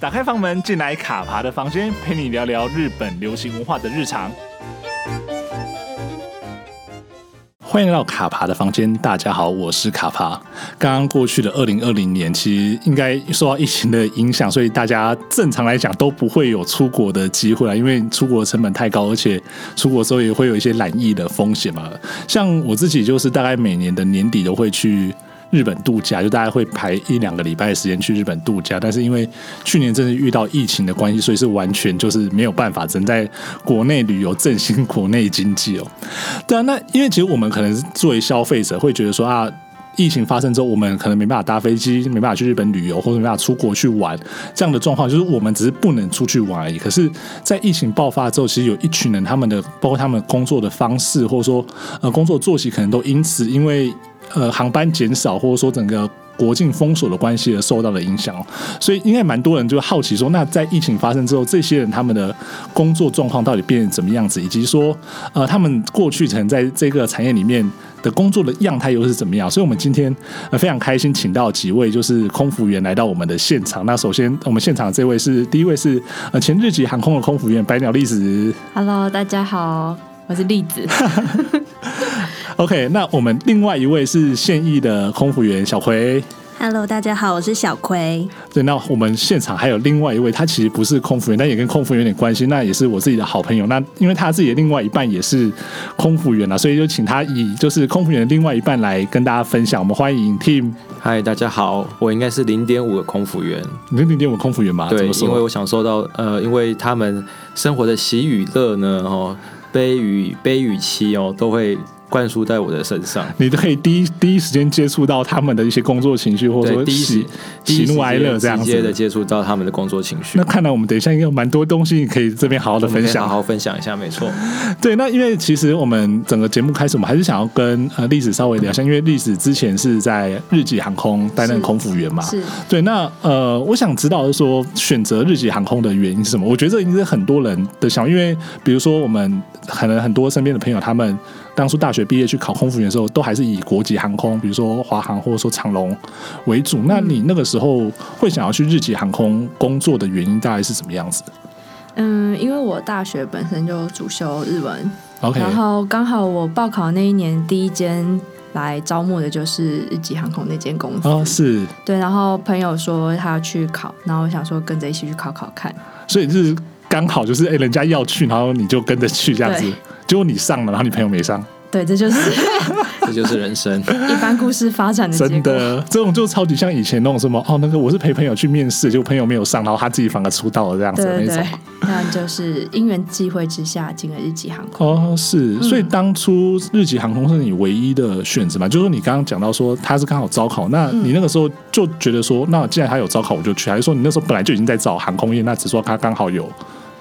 打开房门，进来卡爬的房间，陪你聊聊日本流行文化的日常。欢迎来到卡爬的房间，大家好，我是卡爬。刚刚过去的二零二零年，其实应该受到疫情的影响，所以大家正常来讲都不会有出国的机会了，因为出国的成本太高，而且出国之后也会有一些染疫的风险嘛。像我自己就是大概每年的年底都会去日本度假，就大概会排一两个礼拜的时间去日本度假。但是因为去年真的遇到疫情的关系，所以是完全就是没有办法，只能在国内旅游振兴国内经济哦。对啊，那因为其实我们可能作为消费者会觉得说啊。疫情发生之后，我们可能没办法搭飞机，没办法去日本旅游，或者没办法出国去玩，这样的状况就是我们只是不能出去玩而已。可是，在疫情爆发之后，其实有一群人，他们的包括他们工作的方式，或者说呃工作作息，可能都因此因为呃航班减少，或者说整个国境封锁的关系而受到了影响哦。所以，应该蛮多人就好奇说，那在疫情发生之后，这些人他们的工作状况到底变成怎么样子，以及说呃他们过去可能在这个产业里面。的工作的样态又是怎么样？所以，我们今天呃非常开心，请到几位就是空服员来到我们的现场。那首先，我们现场这位是第一位是呃前日籍航空的空服员白鸟丽子。 Hello，大家好，我是栗子。 OK，那我们另外一位是现役的空服员小葵。 Hello，大家好，我是小葵。对，那我们现场还有另外一位，他其实不是空服员，但也跟空服员有点关系。那也是我自己的好朋友。那因为他自己的另外一半也是空服员啊，所以就请他以就是空服员的另外一半来跟大家分享。我们欢迎 Team，嗨，大家好，我应该是零点五个空服员，你是零点五空服员吗？对啊怎么，说因为我享受到呃，因为他们生活的喜与乐呢，哦，悲与悲与期哦，都会灌输在我的身上。你都可以第一第一时间接触到他们的一些工作情绪，或者对，说第一时喜第一喜时怒哀乐间这样直接的子。接触到他们的工作情 绪那，看来我们等一下应该有蛮多东西，你可以这边好好的我分们可以好享。好分享一下，没错。 对，那因为其实我们整个节目开始，我们还是想要跟呃历史稍微聊一下，因为历史之前是在日籍航空担任是空服员嘛。 是对，那呃，我想知道是说选择日籍航空的原因是什么？我觉得这应该是很多人的想法，因为比如说我们可能很多身边的朋友，他们当初大学毕业去考空服员的时候，都还是以国际航空，比如说华航或者说长龙为主。那嗯你那个时候会想要去日籍航空工作的原因大概是什么样子嗯，因为我大学本身就主修日文？OK，然后刚好我报考那一年第一间来招募的就是日籍航空那间公司。哦啊、是，对，然后朋友说他要去考，然后我想说跟着一起去考考看。所以是刚好就是哎、人家要去，然后你就跟着去这样子对。结果你上了，然后你朋友没上。对，这就是 这就是人生。一般故事发展的嗯结真果。的，这种就超级像以前那种什么哦，那个我是陪朋友去面试，就朋友没有上，然后他自己反而出道了这样子对的对那种对。，那就是因缘际会之下进了日籍航空。哦，是，嗯所以当初日籍航空是你唯一的选择嘛？就是说你刚刚讲到说他是刚好招考，那嗯你那个时候就觉得说，那既然他有招考，我就去，还是说你那时候本来就已经在找航空业，那只是说他刚好有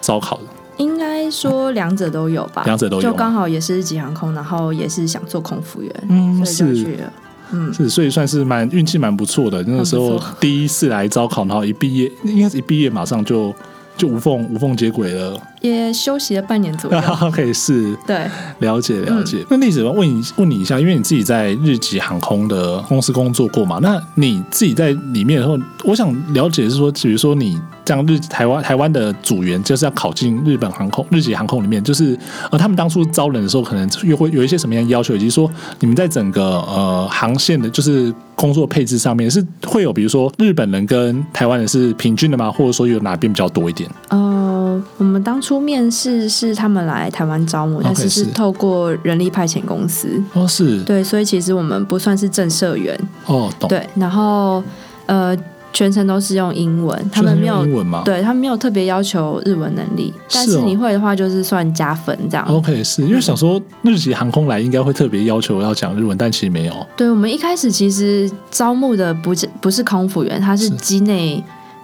招考应该说两者都有吧，两者都有就刚好也是日籍航空，然后也是想做空服员，嗯所以是就去了。嗯，是，所以算是蛮运气蛮不错的。那个时很候不错第一次来招考，然后一毕业，应该是一毕业马上就就无缝无缝接轨了。也休息了半年 左右。 OK，是。对，了解嗯了解。那栗子，我问你问你一下，因为你自己在日籍航空的公司工作过嘛？那你自己在里面的时候，我想了解是说，比如说你这样日台湾台湾的组员，就是要考进日本航空日籍航空里面，就是呃，他们当初招人的时候，可能又会有一些什么样的要求，以及说你们在整个呃航线的，就是工作配置上面是会有，比如说日本人跟台湾人是平均的吗？或者说有哪边比较多一点？呃，我们当初面试是他们来台湾招募，但是是是透过人力派遣公司。哦，是对，所以其实我们不算是正社员。哦，懂。对，然后呃，全程都是用英文，他们没就是有英文吗？对他们没有特别要求日文能力，但是是哦你会的话就是算加分这样。 OK，是因为想说日籍航空来应该会特别要求要讲日文，但其实没有。对，我们一开始其实招募的不是不是空服员，他是是机内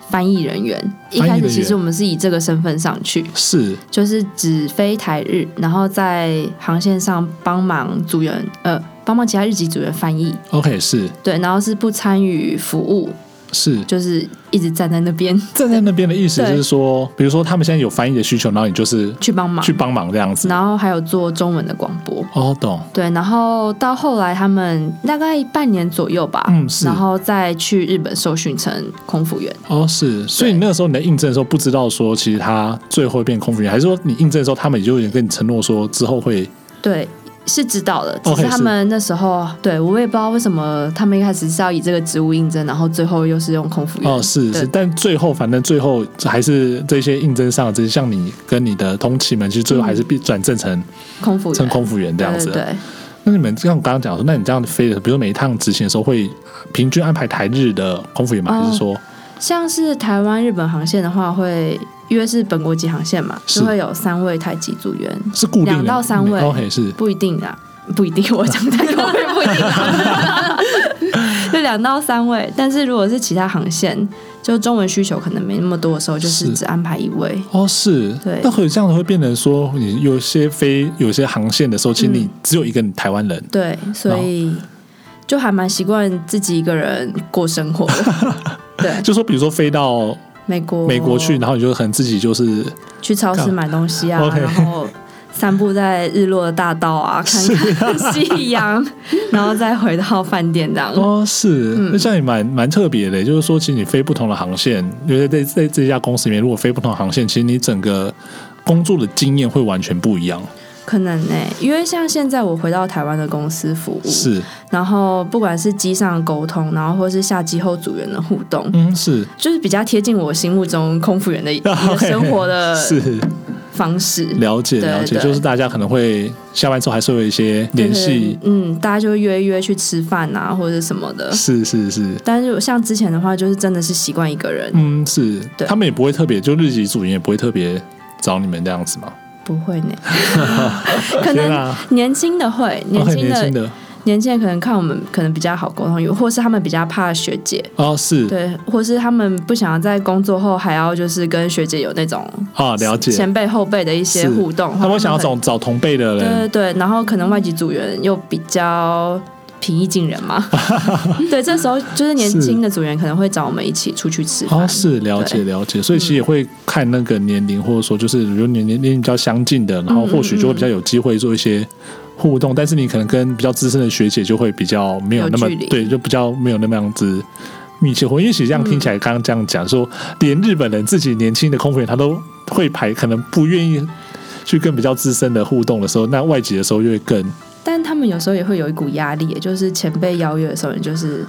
翻译人员。一翻译开人始员其实我们是以这个身份上去，是就是只飞台日，然后在航线上帮忙组员，呃，帮忙其他日籍组员翻译。 OK，是对，然后是不参与服务，是就是一直站在那边 站在那边的意思对就是说，比如说他们现在有翻译的需求，然后你就是去帮忙去，帮忙这样子。然后还有做中文的广播。哦，懂，对，然后到后来他们大概半年左右吧，嗯是然后再去日本受训成空服员。哦是，所以你那个时候你在应征的时候不知道说，其实他最后会变空服员，还是说你应征的时候他们也就有点跟你承诺说之后会对，是知道的，只 OK，是他们那时候对我也不知道为什么他们一开始是要以这个职务应征，然后最后又是用空服员。哦是嗯对是，但最后反正最后还是这些应征上的，只是像你跟你的同期们，其实最后还是变转正成空服成员空服员这样子。嗯对对对，那你们像我刚刚讲说，那你这样飞的，比如每一趟执行的时候会呃平均安排台日的空服员吗？哦还是说像是台湾日本航线的话会。因为是本国籍航线嘛，是就会有三位台籍组员，是固定的两到三位？OK 是不一定啊， 不一定，我讲太口味不一 定啊，就两到三位。但是如果是其他航线，就中文需求可能没那么多的时候，就是是只安排一位。哦，是，对那可以这样子会变成说，你有些飞有些航线的时候，其实嗯你只有一个台湾人，对，所以就还蛮习惯自己一个人过生 活的。对，就说比如说飞到美国美国去，然后你就可能自己就是去超市买东西啊， OK 然后散步在日落的大道 啊，看看夕阳，然后再回到饭店这样。啊哦，是，嗯那这样也蛮蛮特别的，就是说，其实你飞不同的航线，因为在在这家公司里面，如果飞不同的航线，其实你整个工作的经验会完全不一样，可能呢、因为像现在我回到台湾的公司服务，是，然后不管是机上的沟通，然后或是下机后组员的互动，嗯，是，就是比较贴近我心目中空服员的一 个 OK，生活 的是方式。了解对了解，对就是大家可能会下班之后还是会有一些联系，就是嗯，大家就会约一约去吃饭啊，或者什么的。是是是，但是像之前的话，就是真的是习惯一个人，嗯，是，对他们也不会特别，就日籍组员也不会特别找你们这样子嘛。不会呢。可天能啊，年轻的会，哦年很轻年的、轻的年轻的可能看我们可能比较好沟通，有或是他们比较怕学姐，哦，是对，或是他们不想要在工作后还要就是跟学姐有那种啊，了解。前辈后辈的一些是互动。他们想要可能找找同辈的对对人，对，然后可能外籍组员又比 较平易近人嘛，对，这时候就是年是轻的组员可能会找我们一起出去吃饭，哦，是了解对嗯了解，所以其实也会看那个年龄，或者说就是如果年龄年龄比较相近的，嗯然后或许就会比较有机会做一些互动，但是你可能跟比较资深的学姐就会比较没有那么有距离对，就比较没有那么样子。密切活，因为其实这样听起来，嗯刚刚这样讲说，连日本人自己年轻的空服员他都会排，可能不愿意去跟比较资深的互动的时候，那外籍的时候就会更但他们有时候也会有一股压力，也就是前辈邀约的时候，你就是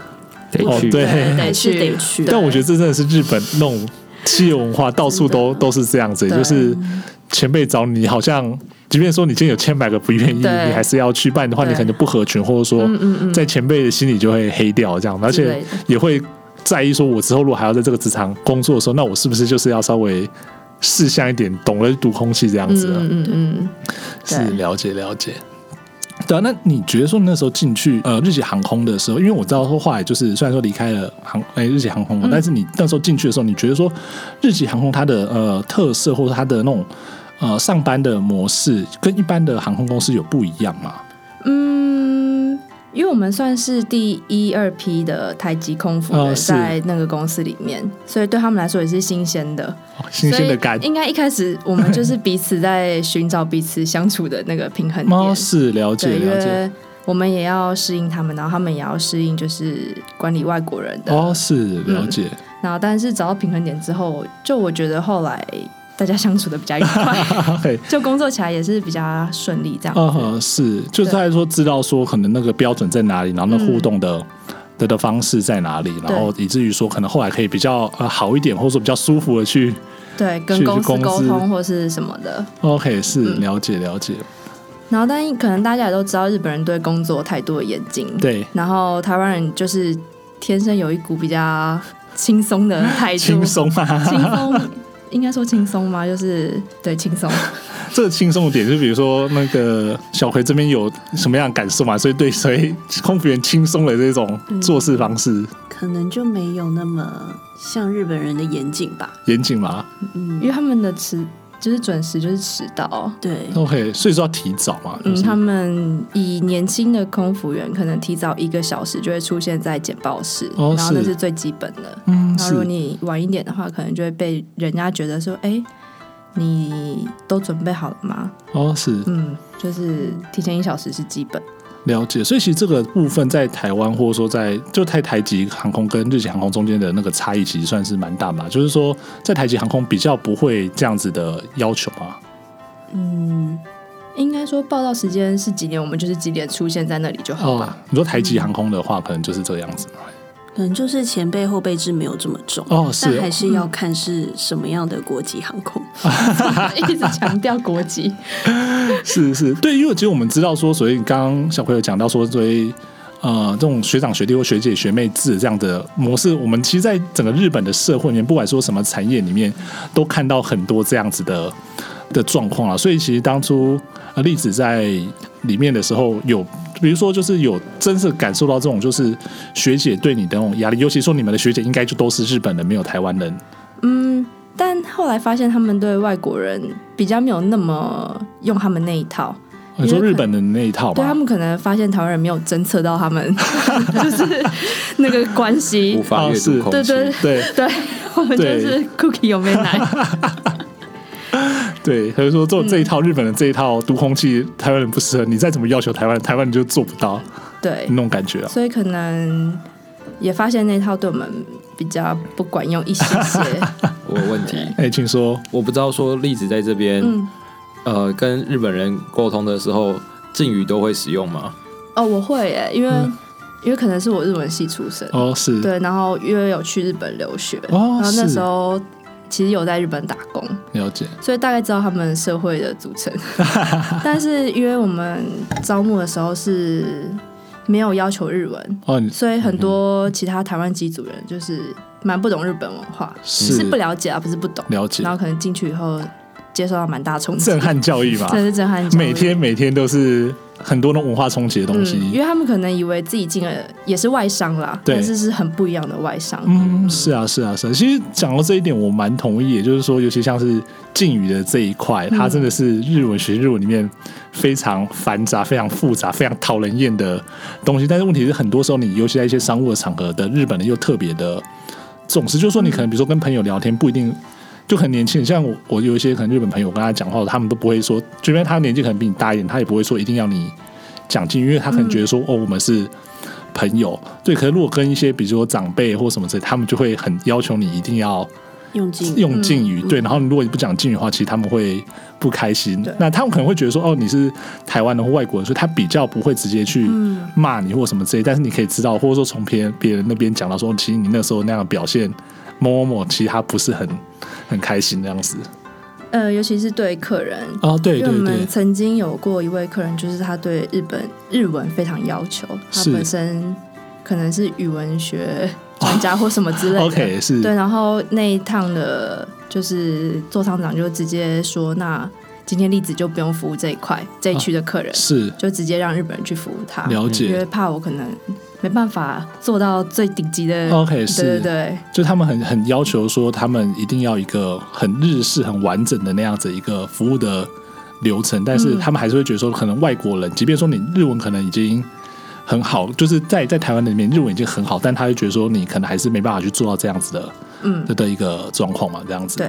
得哦去。对还得是去得去。但我觉得这真的是日本那种企业文化，到处都都是这样子，对就是前辈找你，好像即便说你今天有千百个不愿意，对你还是要去办的话，对你可能不合群，或者说嗯嗯嗯在前辈的心里就会黑掉这样，而之且类的也会在意说，我之后如果还要在这个职场工作的时候，那我是不是就是要稍微事项一点，懂得读空气这样子了？嗯嗯嗯，对是了解了解。对啊，那你觉得说你那时候进去呃日籍航空的时候，因为我知道说后来就是虽然说离开了航哎、日籍航空嘛，嗯但是你那时候进去的时候，你觉得说日籍航空它的呃特色或者它的那种呃上班的模式跟一般的航空公司有不一样吗？嗯，因为我们算是第一二批的台籍空服哦员是在那个公司里面，所以对他们来说也是新鲜的，哦新鲜的感所以应该一开始我们就是彼此在寻找彼此相处的那个平 衡猫点，哦是了解对，因了解为我们也要适应他们，然后他们也要适应就是管理外国人的，哦是了嗯解、然后但是找到平衡点之后，就我觉得后来大家相处的比较愉快， 嘿就工作起来也是比较顺利这样子。嗯哼，是，就是大家说知道说可能那个标准在哪里，然后那互动的、嗯的的方式在哪里，然后以至于说可能后来可以比较呃好一点，或者说比较舒服的去。对，跟去公司公司沟通或是什么的。 OK，是嗯了解了解，然后，但可能大家也都知道，日本人对工作态度的严谨。。对，然后，台湾人就是天生有一股比较轻松的态度， 轻松啊， 轻松，应该说轻松吗？就是对轻 松，这个轻松的点就比如说那个小葵这边有什么样的感受嘛，所以对，所以 空服员轻松的这种嗯做事方式可能就没有那么像日本人的严谨吧。严谨嘛，因为他们的词就是准时就是迟到。对， OK，所以说要提早嘛，就嗯，是他们以年轻的空服员，可能提早一个小时就会出现在简报室，哦然后那是是最基本的。嗯然后如果是你晚一点的话，可能就会被人家觉得说，哎、你都准备好了吗？哦是嗯，就是提前一小时是基本。了解，所以其实这个部分在台湾或者说在就在台籍航空跟日籍航空中间的那个差异，其实算是蛮大吧。就是说，在台籍航空比较不会这样子的要求啊。嗯，应该说报道时间是几点，我们就是几点出现在那里就好哦吧。，你说台籍航空的话，可能就是这样子嘛。可能就是前辈后辈制没有这么重哦是哦但还是要看是什么样的国际航空。 一直强调国籍，是是，对，因为其实我们知道说，所以刚刚小朋友讲到说，所以呃，这种学长学弟或学姐学妹制这样的模式，我们其实，在整个日本的社会里面，不管说什么产业里面，都看到很多这样子的的状况了。所以其实当初呃，栗子在里面的时候有。比如说，就是有真是感受到这种，就是学姐对你的那种压力，尤其说你们的学姐应该就都是日本人，没有台湾人。嗯，但后来发现他们对外国人比较没有那么用他们那一套，你说日本人那一套对他吗？们可能发现台湾人没有侦测到他们 就是那个关系无，法阅哦是读空对气。对对对，我们就对是 cookie 有没有奶， 对，所以说做这嗯一套、日本的这一套读空气，台湾人不适合。你再怎么要求台湾人，台湾人就做不到对那，种感觉啊。所以可能也发现那套对我们比较不管用一些些， 我有问题，哎，请说。我不知道说栗子在这边、嗯。呃跟日本人沟通的时候，敬语都会使用吗？哦，我会耶，因为、嗯因为可能是我日文系出身，哦，是，对，然后因为有去日本留学，哦然后那是时候其实有在日本打工，了解。所以大概知道他们社会的组成。 但是因为我们招募的时候是没有要求日文，哦，你所以很多其他台湾籍组人就是蛮不懂日本文化，是不了解啊，不是不懂，了解然后可能进去以后接受到蛮大 冲击，震撼教育嘛，真的 是震撼教育，每天每天都是很多那种文化冲击的东嗯，因西。为他们可能以为自己进了也是外商啦，对但是是很不一样的外商。嗯，是啊，是啊，是啊。其实讲到这一点，我蛮同意，也就是说，尤其像是敬语的这一块，它真的是日文学日文里面非常繁杂、非常复杂、非常讨人厌的东西。但是问题是，很多时候你尤其在一些商务的场合的日本人又特别的重视，就是说你可能比如说跟朋友聊天不一定。就很年轻，像我，我有一些可能日本朋友，我跟他讲话，他们都不会说，就因为他年纪可能比你大一点，他也不会说一定要你讲进，因为他可能觉得说，哦，我们是朋友，对。可是如果跟一些比如说长辈或什么之类，他们就会很要求你一定要用尽嗯用敬嗯语，对。然后如果你不讲敬语的话，其实他们会不开心对。那他们可能会觉得说，哦，你是台湾人或外国人，所以他比较不会直接去嗯骂你或什么之类。但是你可以知道，或者说从别人别人那边讲到说，哦其实你那时候那样的表现，某某某，其实他不是很很开心那样子。呃，尤其是对客人，哦，对因为我对对们，曾经有过一位客人，就是他对日本日文非常要求，他是本身可能是语文学专家或什么之类 的。哦，OK，是对，然后那一趟的，就是座舱长就直接说，那今天栗子就不用服务这一块这一区的客人，是就直接让日本人去服务他。啊了因解为。怕我可能没办法做到最顶级的。哦 OK，对对是对，就他们很很要求说，他们一定要一个很日式、很完整的那样子一个服务的流程，但是他们还是会觉得说，可能外国人，即便说你日文可能已经很好，就是在在台湾里面日文已经很好，但他会觉得说，你可能还是没办法去做到这样子的嗯，的的一个状况嘛，这样子。对，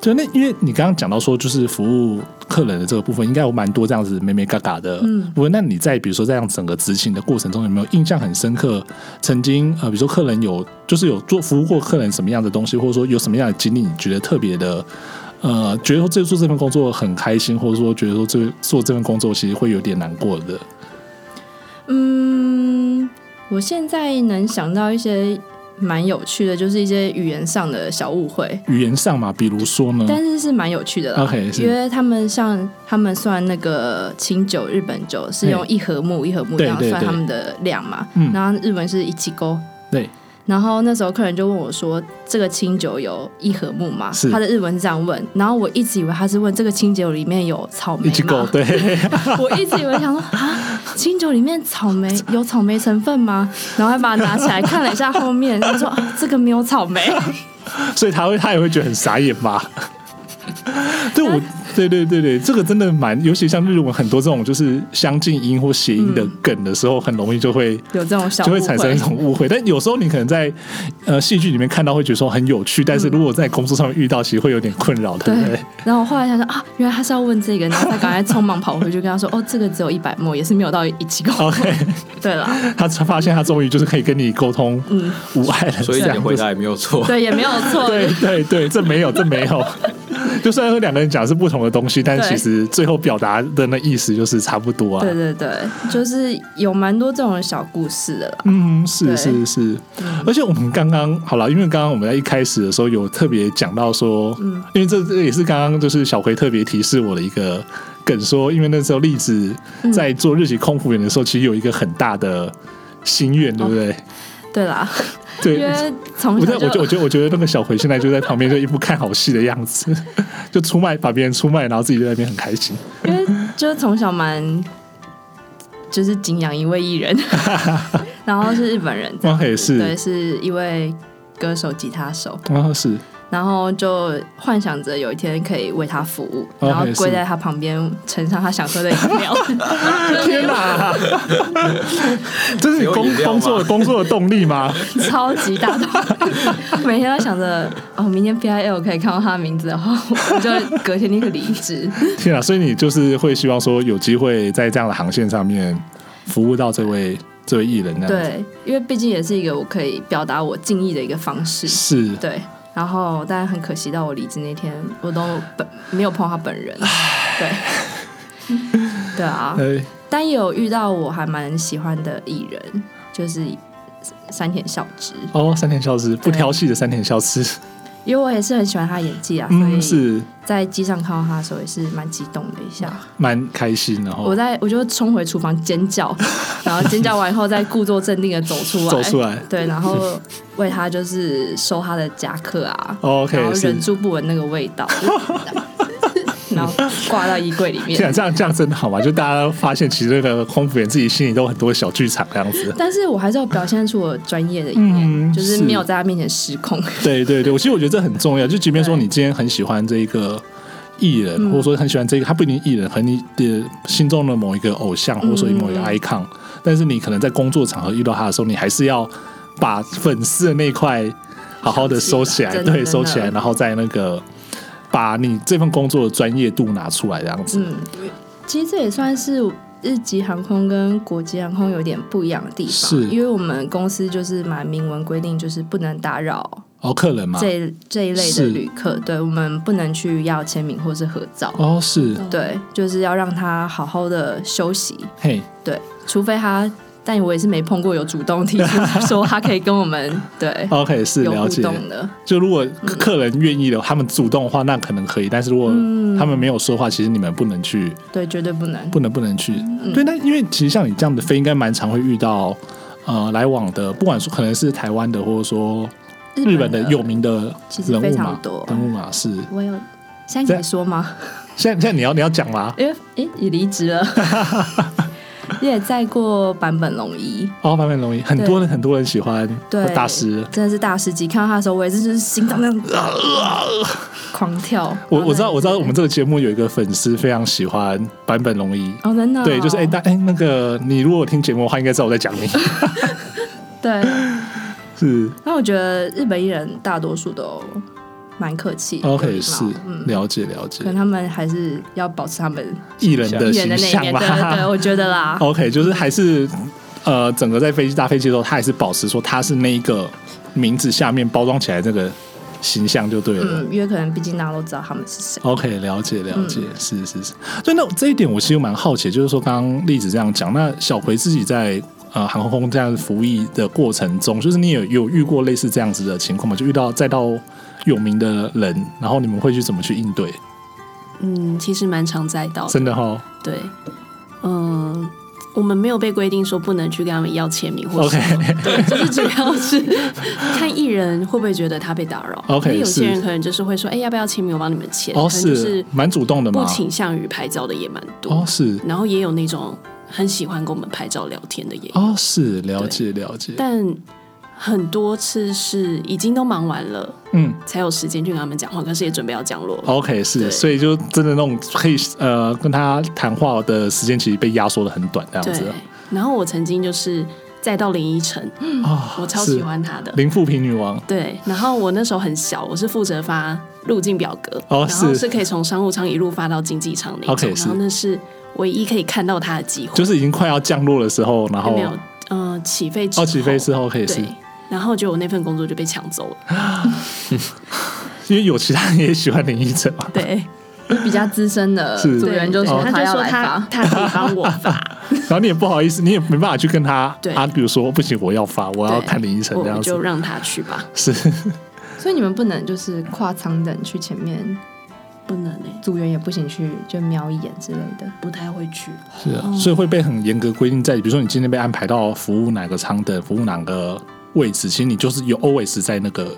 对，那因为你刚刚讲到说，就是服务客人的这个部分，应该有蛮多这样子美美嘎嘎的嗯部分。那你在比如说在这样整个执行的过程中，有没有印象很深刻？曾经呃，比如说客人有就是有做服务过客人什么样的东西，或者说有什么样的经历，你觉得特别的呃，觉得说这做这份工作很开心，或者说觉得说这做这份工作其实会有点难过的。嗯，我现在能想到一些蛮有趣的，就是一些语言上的小误会，语言上嘛，比如说呢，但是是蛮有趣的啦。嗯 OK，是因为他们像他们算那个清酒、日本酒是用嘿一合目一合目这对样对算对他们的量嘛，嗯然后日文是一七勾。对，然后那时候客人就问我说：“这个清酒有一合目吗是？”他的日文是这样问，然后我一直以为他是问这个清酒里面有草莓一起吗狗？对， 我一直以为想说啊，清酒里面草莓有草莓成分吗？然后还把它拿起来看了一下 后面，他说、啊、这个没有草莓，所以他会他也会觉得很傻眼吧？ 对我，对对对对，这个真的蛮，尤其像日文很多这种就是相近音或谐音的梗的时候，很容易就会有这种小就会误产会生一种误会。但有时候你可能在呃戏剧里面看到，会觉得说很有趣，但是如果在工作上面遇到，其实会有点困扰，对不对对？，然后我后来想说啊，原来他是要问这个，然后再赶快匆忙跑回去跟他说，哦，这个只有一百墨，也是没有到一七公。 OK，对了， 他发现他终于就是可以跟你沟通嗯无碍了，所以你这的样回就是答也没有错。对，也没有错。对对对，这 没有，这没有。 就虽然说两个人讲的是不同的东西，但对其实最后表达的那意思就是差不多啊对。对对，就是有蛮多这种小故事的啦。嗯，是对是是，而且我们刚刚好了，因为刚刚我们在一开始的时候有特别讲到说，因为这这也是刚刚就是小葵特别提示我的一个梗说，因为那时候栗子在做日籍空服员的时候，其实有一个很大的心愿，对不对？对啦，因对，为从我在小我觉就我觉得我觉得那个小葵现在就在旁边，就一副看好戏的样子， 就出卖把别人出卖，然后自己就在那边很开心。因为就是从小蛮就是敬仰一位 艺人，然后是日本人，汪也啊是对，，是一位歌手、吉他手，汪是，然后就幻想着有一天可以为他服务，哦然后也是跪在他旁边盛上他想喝的饮 料。天哪， 这是你有工饮料吗工作工作的动力吗？超级大动，每天都想着哦，明天 P I L 可以看到他的名字，然后我就隔天立刻离 职。天啊！所以你就是会希望说有机会在这样的航线上面服务到这位这位艺人这样子。对，因为毕竟也是一个我可以表达我敬意的一个方式。是，对，然后但很可惜，到我离职那天，我都本没有碰到他本人。对，对 啊，呃，但也有遇到我还蛮喜欢的艺人，就是山田孝之，哦，三田孝之不挑戏的三田孝之，因为我也是很喜欢他演技啊，所嗯，以是在机上看到他的时候也是蛮激动的一下。蛮开心的我哈。在我就冲回厨房尖叫，然后尖叫完以后再故作镇定的走出 来，走出来对，然后为他就是收他的夹克啊 OK，然后是忍住不闻那个味 道，然后挂到衣柜里 天啊，面。这样这样真的好吗？就大家发现其实那个空服员自己心里都有很多小剧场这样子。但是我还是要表现出我专业的一面，嗯就是是没有在他面前失控。 对对对，我其实我觉得这很重要。就即便说对你今天很喜欢这个艺人，嗯或者说很喜欢这个，他不一定艺人，和你的心中的某一个偶像，嗯或者说某一个 icon，、但是你可能在工作场合遇到他的时候，你还是要把粉丝的那块好好的收起来，真的对，真的收起来，然后再那个把你这份工作的专业度拿出来，这样子。嗯，其实这也算是日籍航空跟国际航空有点不一样的地方，是因为我们公司就是蛮明文规定，就是不能打扰哦，客人嘛，这这一类的是旅客，对我们不能去要签名或是合照，哦是，呃对，就是要让他好好的休息，嘿，对，除非他，但我也是没碰过有主动提出说他可以跟我们对 OK，是哦有了互解。动的，就如果客人愿意的，他们主动的话，那可能可以。但是如果嗯他们没有说的话，其实你们不能去，对，绝对不能，不能不能去。嗯对，那因为其实像你这样的飞，应该蛮常会遇到呃来往的，不管说可能是台湾的，或者说日本的有名的其实人非物常嘛多，人物嘛是。我有。现在可以说吗？现在现在你要你要讲吗？因为诶，你离 职了，你也载过坂本龙一，哦，坂本龙一，很多人很多人喜欢对哦大师。呃真的是大师级。看到他的时候，我也是就是心脏 那样 狂跳。我然后我知道那我知道我们这个节目有一个粉丝非常喜欢坂本龙一，哦，真的哦对，就是哎大哎那个你如果听节目的话，应该知道我在讲你 对。是。那我觉得日本艺人大多数都蛮客气 OK，有礼貌是嗯，了解了可解能，他们还是要保持他们艺人的艺人的形象那一哦面。对对对，啦。我觉得啦， OK，就是还是呃，整个在飞机搭飞机的时候，他还是保持说他是那一个名字下面包装起来这个形象就对了。嗯，因为可能毕竟大家都知道他们是谁。 OK，了解了解，嗯是是是。所以那这一点我其实蛮好奇，就是说刚刚例子这样讲，那小葵自己在呃航空这样服役的过程中，就是你有有遇过类似这样子的情况吗？就遇到再到有名的人，然后你们会去怎么去应对？嗯，其实蛮常载哦到的。真的哈对，嗯，我们没有被规定说不能去跟他们要签名或，OK 是。对，就是主要是看艺人会不会觉得他被打扰。 OK，因为有是些人可能就是会说，哎、要不要签名？我帮你们签。哦，可能就是是蛮主动的不嘛。倾向于拍照的也蛮多。哦，是然后也有哦那种很喜欢跟我们拍照聊天的也有，哦，是了解了解。但很多次是已经都忙完了，嗯才有时间去跟他们讲话，可是也准备要降落了。 ，OK，是，对所以就真的那种可以呃跟他谈话的时间其实被压缩的很短，这样对子，然后我曾经就是再到林依晨，啊，我超是喜欢她的。林富平女王，对，然后我那时候很小，我是负责发入境表格，哦然后是是可以从商务舱一路发到经济舱那一种 OK，是然后那是唯一可以看到他的机会，就是已经快要降落的时候，然后没有，呃，起飞之后，哦起飞之后可以是对，然后就我那份工作就被抢走 了，因为有其他人也喜欢林依晨嘛，对，比较资深的是哦组员就说他就要说来他发，他可以帮我 发，然后你也不好意思，你也没办法去跟他对啊，比如说不行，我要发，我要对看林依晨我这样我就子，让他去吧，是所以你们不能就是跨舱等去前面，不能哎、组员也不行去就瞄一眼之类的。不太会去，是啊，所以会被很严格规定在，比如说你今天被安排到服务哪个舱等，服务哪个位置，其实你就是有 always 在那个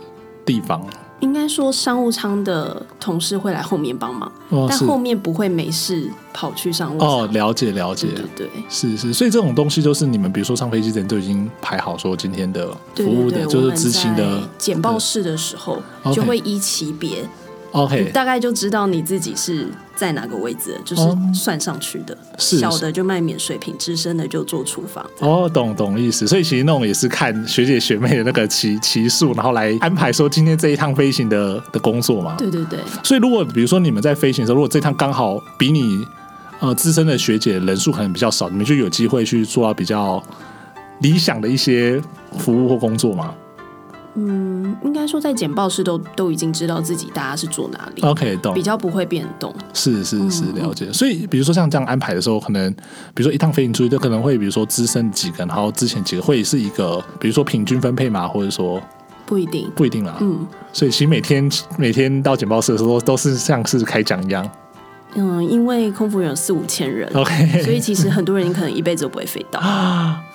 地方应该说商务舱的同事会来后面帮忙，哦，但是后面不会没事跑去商务舱，哦，了解了解对，对对。是是，所以这种东西就是你们比如说上飞机之前就已经排好说今天的对服务对的，对就是执行我们的在简报室的时候， OK 就会依级别， ，OK，大概就知道你自己是在哪个位置了，就是哦算上去的。是小的就卖免税品，资深的就做厨房。哦，懂懂意思，所以其实那种也是看学姐学妹的那个骑骑数，然后来安排说今天这一趟飞行的的工作嘛。对对对，所以如果比如说你们在飞行的时候，如果这趟刚好比你呃资深的学姐人数可能比较少，你们就有机会去做到比较理想的一些服务或工作嘛。嗯，应该说在简报室都都已经知道自己大家是做哪里， OK，懂嗯比，较嗯不会变动。是是是，了解。所以比如说像这样安排的时候，可能比如说一趟飞行出去，就可能会比如说资深几个，然后之前几个会是一个，比如说平均分配嘛，或者说不一定，不一定啦。嗯所以其实每天每天到简报室的时候，都是像是开讲一样。嗯，因为空服员有四五千人， OK，所以其实很多人你可能一辈子都不会飞 到。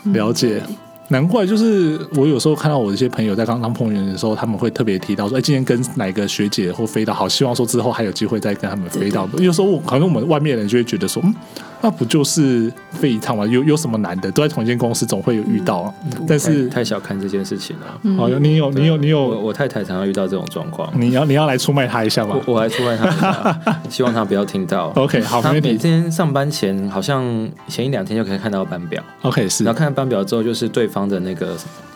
了解。难怪就是我有时候看到我一些朋友在刚当碰员的时候，他们会特别提到说，哎，今天跟哪个学姐或飞到，好希望说哎之后还有机会再跟他们飞到。有时候我可能我们外面人就会觉得说，嗯，那不就是飞一趟嘛，有有什么难的？都在同一间公司，总会有遇到啊。但是，太小看这件事情了。哦，有你有你有你我有，我太太常常遇到这种状况，你要你要来出卖他一下吗我我还出卖她一下，希望她 不要听到。 ？OK，好，她没问每题。天上班前，好像前一两天就可以看到班表， OK，是然后看到班表之后，就是对方的那个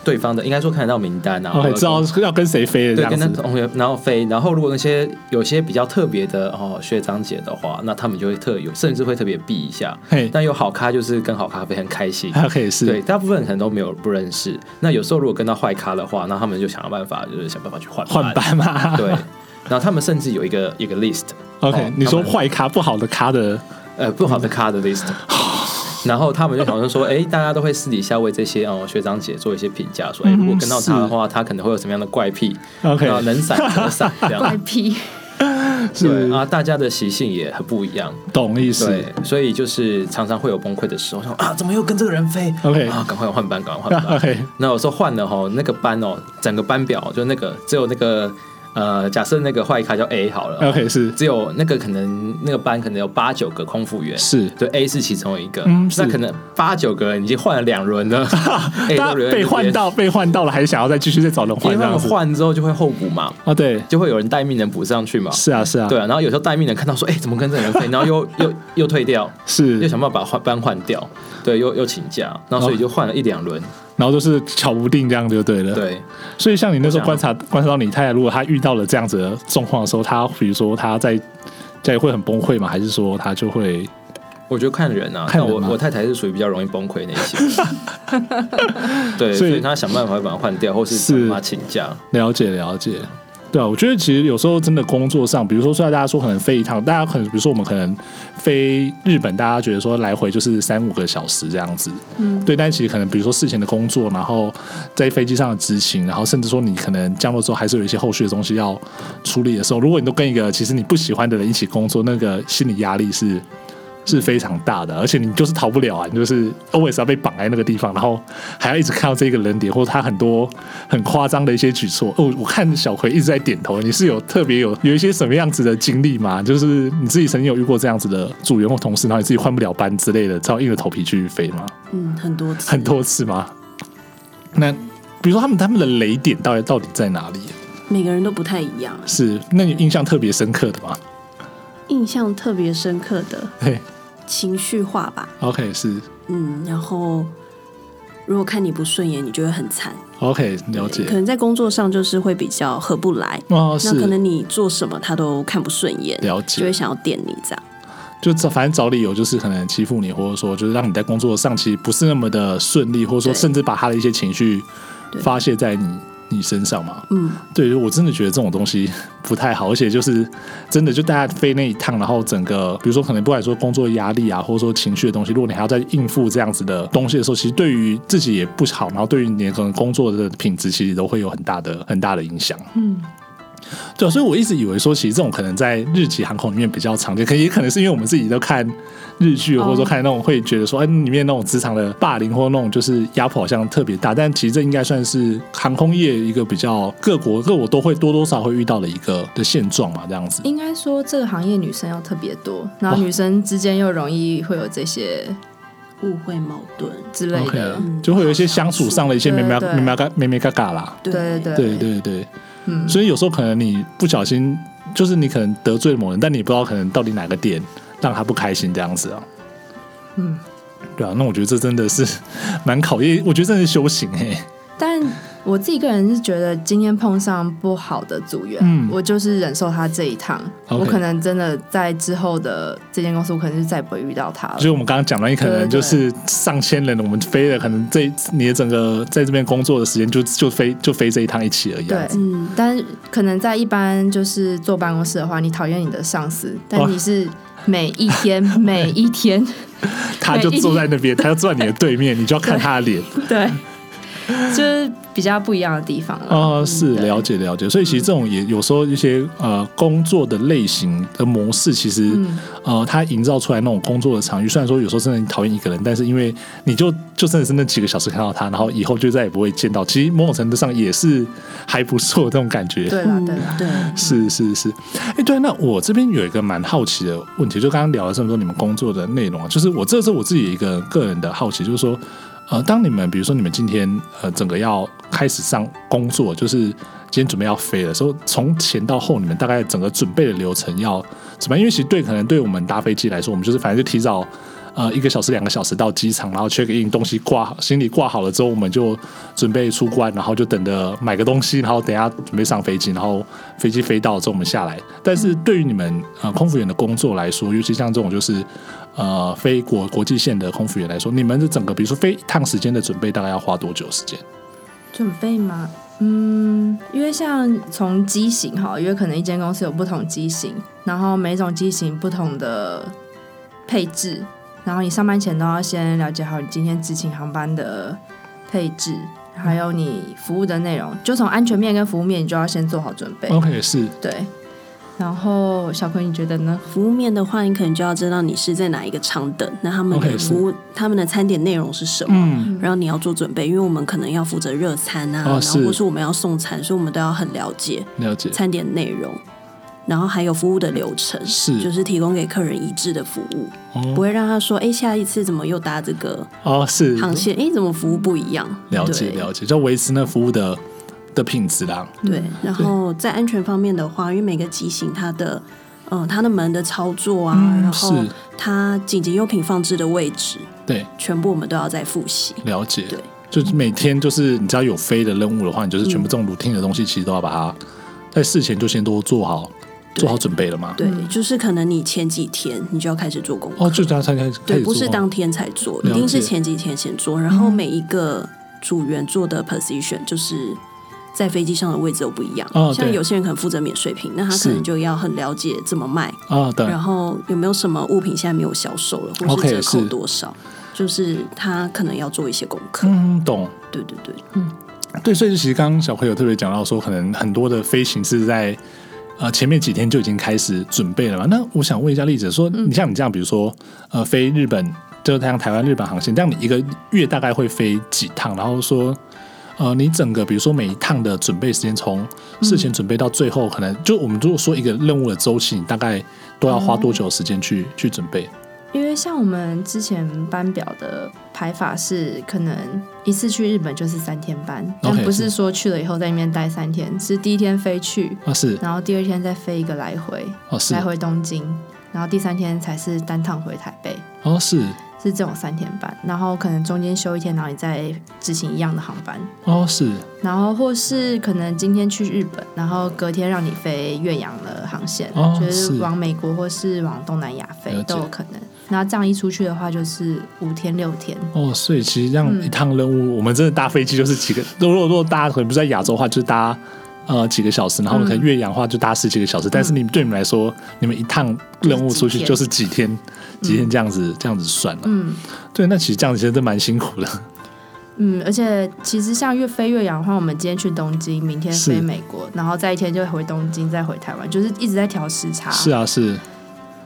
对方的，应该说看得到名单啊，或 OK，者知道要跟谁飞哦的这对，样跟他子。同学，然后飞，然后如果那些有些比较特别的哦学长姐的话，那他们就会特有，甚至会特别避一下。嘿但有好咖就是跟好咖啡很 开心， ，OK，是对，大部分可能都没有不认识。那有时候如果跟到坏咖的话，那他们就想办法，就是想办法去换换班嘛。对， 然后他们甚至有一个一个 list， OK，、哦你说他们坏咖不好的咖的呃不好的咖的 list。然后他们就想说说，哎，大家都会私底下为这些哦学长姐做一些评价，说，哎，如果跟到他的话，他可能会有什么样的怪癖，嗯 OK 然后能闪则闪这啊样子。怪癖，对 是啊，大家的习性也很不一样，懂意思对，所以就是常常会有崩溃的时候，想啊，怎么又跟这个人飞 OK 啊，赶快换班，赶快 换 班。？OK，那有时候换了吼，那个班哦，整个班表就那个只有那个呃，假设那个坏咖叫 A 好了 OK，是只有那个可能那个班可能有八九个空服员，是对 A 是其中一个，嗯是那可能八九个人已经换了两轮 了 ，A 大家都留在那被边换，到被换到了，还想要再继续再找人因换为这他样们子换之后就会候补嘛，啊？对，就会有人待命人补上去嘛，是啊是啊，对啊，然后有时候待命的人看到说，哎、怎么跟这个人飞？然后又 又又退掉，又是，哦想办法把换班换掉，对，又又请假，然后所以就换了一两轮，然后就是巧不定这样就对了。，对，所以像你那时候观察观察到你太太，如果她遇到了这样子的状况的时候，她比如说她在家里会很崩溃吗？还是说她就会我觉得看人啊，看人像我吗我太太是属于比较容易崩溃那一 些，对，所所以以她想办法把它换掉，或是是把它请假，了解了解，对啊，我觉得其实有时候真的工作上，比如说虽然大家说可能飞一趟，大家可能比如说我们可能飞日本，大家觉得说来回就是三五个小时这样子，嗯，对，但其实可能比如说事前的工作，然后在飞机上的执行，然后甚至说你可能降落之后还是有一些后续的东西要处理的时候，如果你都跟一个其实你不喜欢的人一起工作，那个心理压力是。是非常大的，而且你就是逃不了啊！你就是 always 要被绑在那个地方，然后还要一直看到这个人脸，或者他很多很夸张的一些举措。哦，我看小葵一直在点头，你是有特别有有一些什么样子的经历吗？就是你自己曾经有遇过这样子的组员或同事，然后你自己换不了班之类的，只好硬着头皮去飞吗？嗯，很多次，很多次吗？那比如说他们他们的雷点到底到底在哪里？每个人都不太一样。是，那你印象特别深刻的吗？印象特别深刻的对情绪化吧， ，OK 是嗯，然后如果看你不顺眼，你就会很惨。 OK 了解可能在工作上就是会比较合不来，哦，是那可能你做什么他都看不顺眼，了就解会，想要电你这样。就找反正找理由就是可能欺负你，或者说就是让你在工作上其实不是那么的顺利，或者说对甚至把他的一些情绪对发泄在你你身上嘛。嗯，对，我真的觉得这种东西不太好，而且就是真的就大家飞那一趟，然后整个比如说可能不管说工作压力啊，或者说情绪的东西，如果你还要再应付这样子的东西的时候，其实对于自己也不好，然后对于你的可能工作的品质，其实都会有很大的很大的影响。嗯，对啊、所以我一直以为说，其实这种可能在日籍航空里面比较常见，可也可能是因为我们自己都看日剧，或者说看那种会觉得说，哎、里面那种职场的霸凌或那种就是压迫好像特别大，但其实这应该算是航空业一个比较各国各国都会多多少少会遇到的一个的现状嘛，这样子。应该说这个行业女生要特别多，然后哇女生之间又容易会有这些误会矛盾，之类 OK，啊的。嗯就会有一些相处上的一些对妹妹对妹妹嘎妹妹嘎嘎啦。对对对对对，嗯，所以有时候可能你不小心，就是你可能得罪了某人，但你不知道可能到底哪个点让他不开心这样子啊。嗯，对啊，那我觉得这真的是蛮考验，我觉得真的是修行哎、但我自己个人是觉得，今天碰上不好的组员，嗯我就是忍受他这一趟 OK 我可能真的在之后的这间公司，我可能就再也不会遇到他了所以。我们刚刚讲到，你可能对对就是上千人，我们飞了，可能这你的整个在这边工作的时间就就飞就飞这一趟一起而已啊。对，嗯，但可能在一般就是坐办公室的话，你讨厌你的上司，但你是每一天每一天，他就坐在那边，他就坐在你的对面，你就要看他的脸。 对，就是比较不一样的地方了。啊、是嗯对嗯了解了解，所以其实这种也有时候一些呃工作的类型的模式，其实、嗯呃它营造出来那种工作的场域，虽然说有时候真的很讨厌一个人，但是因为你就就真的是那几个小时看到他，然后以后就再也不会见到，其实某种程度上也是还不错的这种感觉。对啦，嗯对啊啦，对，是是是，哎、对，那我这边有一个蛮好奇的问题，就刚刚聊了这么多你们工作的内容啊，就是我这是我自己一个个人的好奇，就是说，呃，当你们比如说你们今天呃整个要开始上工作，就是今天准备要飞的时候，从前到后你们大概整个准备的流程要怎么样？因为其实对可能对我们搭飞机来说，我们就是反正就提早。呃，一个小时、两个小时到机场，然后 check in，东西挂好，行李挂好了之后，我们就准备出关，然后就等着买个东西，然后等一下准备上飞机，然后飞机飞到之后我们下来。但是嗯对于你们呃空服员的工作来说，尤其像这种就是呃飞国国际线的空服员来说，你们的整个比如说飞一趟时间的准备大概要花多久时间？准备吗？嗯，因为像从机型哈，因为可能一间公司有不同机型，然后每种机型不同的配置，然后你上班前都要先了解好你今天执勤航班的配置，还有你服务的内容，就从安全面跟服务面你就要先做好准备。 OK，是对，然后小葵你觉得呢？服务面的话，你可能就要知道你是在哪一个舱等，那他们 OK，的是服务、他们的餐点内容是什么。嗯然后你要做准备，因为我们可能要负责热餐啊，哦然后是或是我们要送餐，所以我们都要很了解了解餐点内容，然后还有服务的流程，是就是提供给客人一致的服务，不哦会让他说，哎，下一次怎么又搭这个哦是航线？哎，怎么服务不一样？了解对了解，就维持那服务的的品质啦。对，然后在安全方面的话，因为每个机型它的，嗯、它的门的操作啊，嗯然后是它紧急用品放置的位置，对，全部我们都要再复习。了解。对，就是每天就是你只要有飞的任务的话，你就是全部这种 routine 的东西，其实都要把它在事前就先都做好做好准备了嘛。对，就是可能你前几天你就要开始做功课，嗯哦，就这样才开始开对，始不是做哦当天才做，了一定是解嗯前几天先做，然后每一个组员做的 position 就是。在飞机上的位置都不一样，哦像对有些人可能负责免税品，那他可是能就要很了解怎么卖，啊，对，然后有没有什么物品现在没有销售了，或 OK，是折扣是多少就是他可能要做一些功课。嗯，懂。对对对，对，所以其实刚刚小朋友特别讲到说，可能很多的飞行是在呃前面几天就已经开始准备了嘛。那我想问一下例子，说嗯你像你这样，比如说呃飞日本，就是像台湾日本航线，这样你一个月大概会飞几趟？然后说呃你整个比如说每一趟的准备时间，从嗯事前准备到最后，嗯可能就我们如果说一个任务的周期，你大概都要花多久时间去、去准备？因为像我们之前班表的排法是，可能一次去日本就是三天班，但 OK，不是是说去了以后在那边待三天，是第一天飞去，啊是然后第二天再飞一个来回，哦是来回东京，然后第三天才是单趟回台北，哦是是这种三天班。然后可能中间休一天，然后你再执行一样的航班，哦是然后或是可能今天去日本，然后隔天让你飞岳阳的航线，哦就是是往美国或是往东南亚了飞解都有可能。那这样一出去的话，就是五天六天。哦，所以其实这样一趟任嗯务，我们真的搭飞机就是几个，如果如果大家可能不是在亚洲的话，就搭呃几个小时，然后可能岳阳的话就搭十几个嗯小时，但是你们对你们来说，你们一趟任务出去就就是几天，几天这样子、这样子算了。嗯对，那其实这样子真的蛮辛苦的。嗯，而且其实像越飞越洋的话，我们今天去东京，明天是飞美国，然后再一天就回东京，再回台湾，就是一直在调时差。是啊，是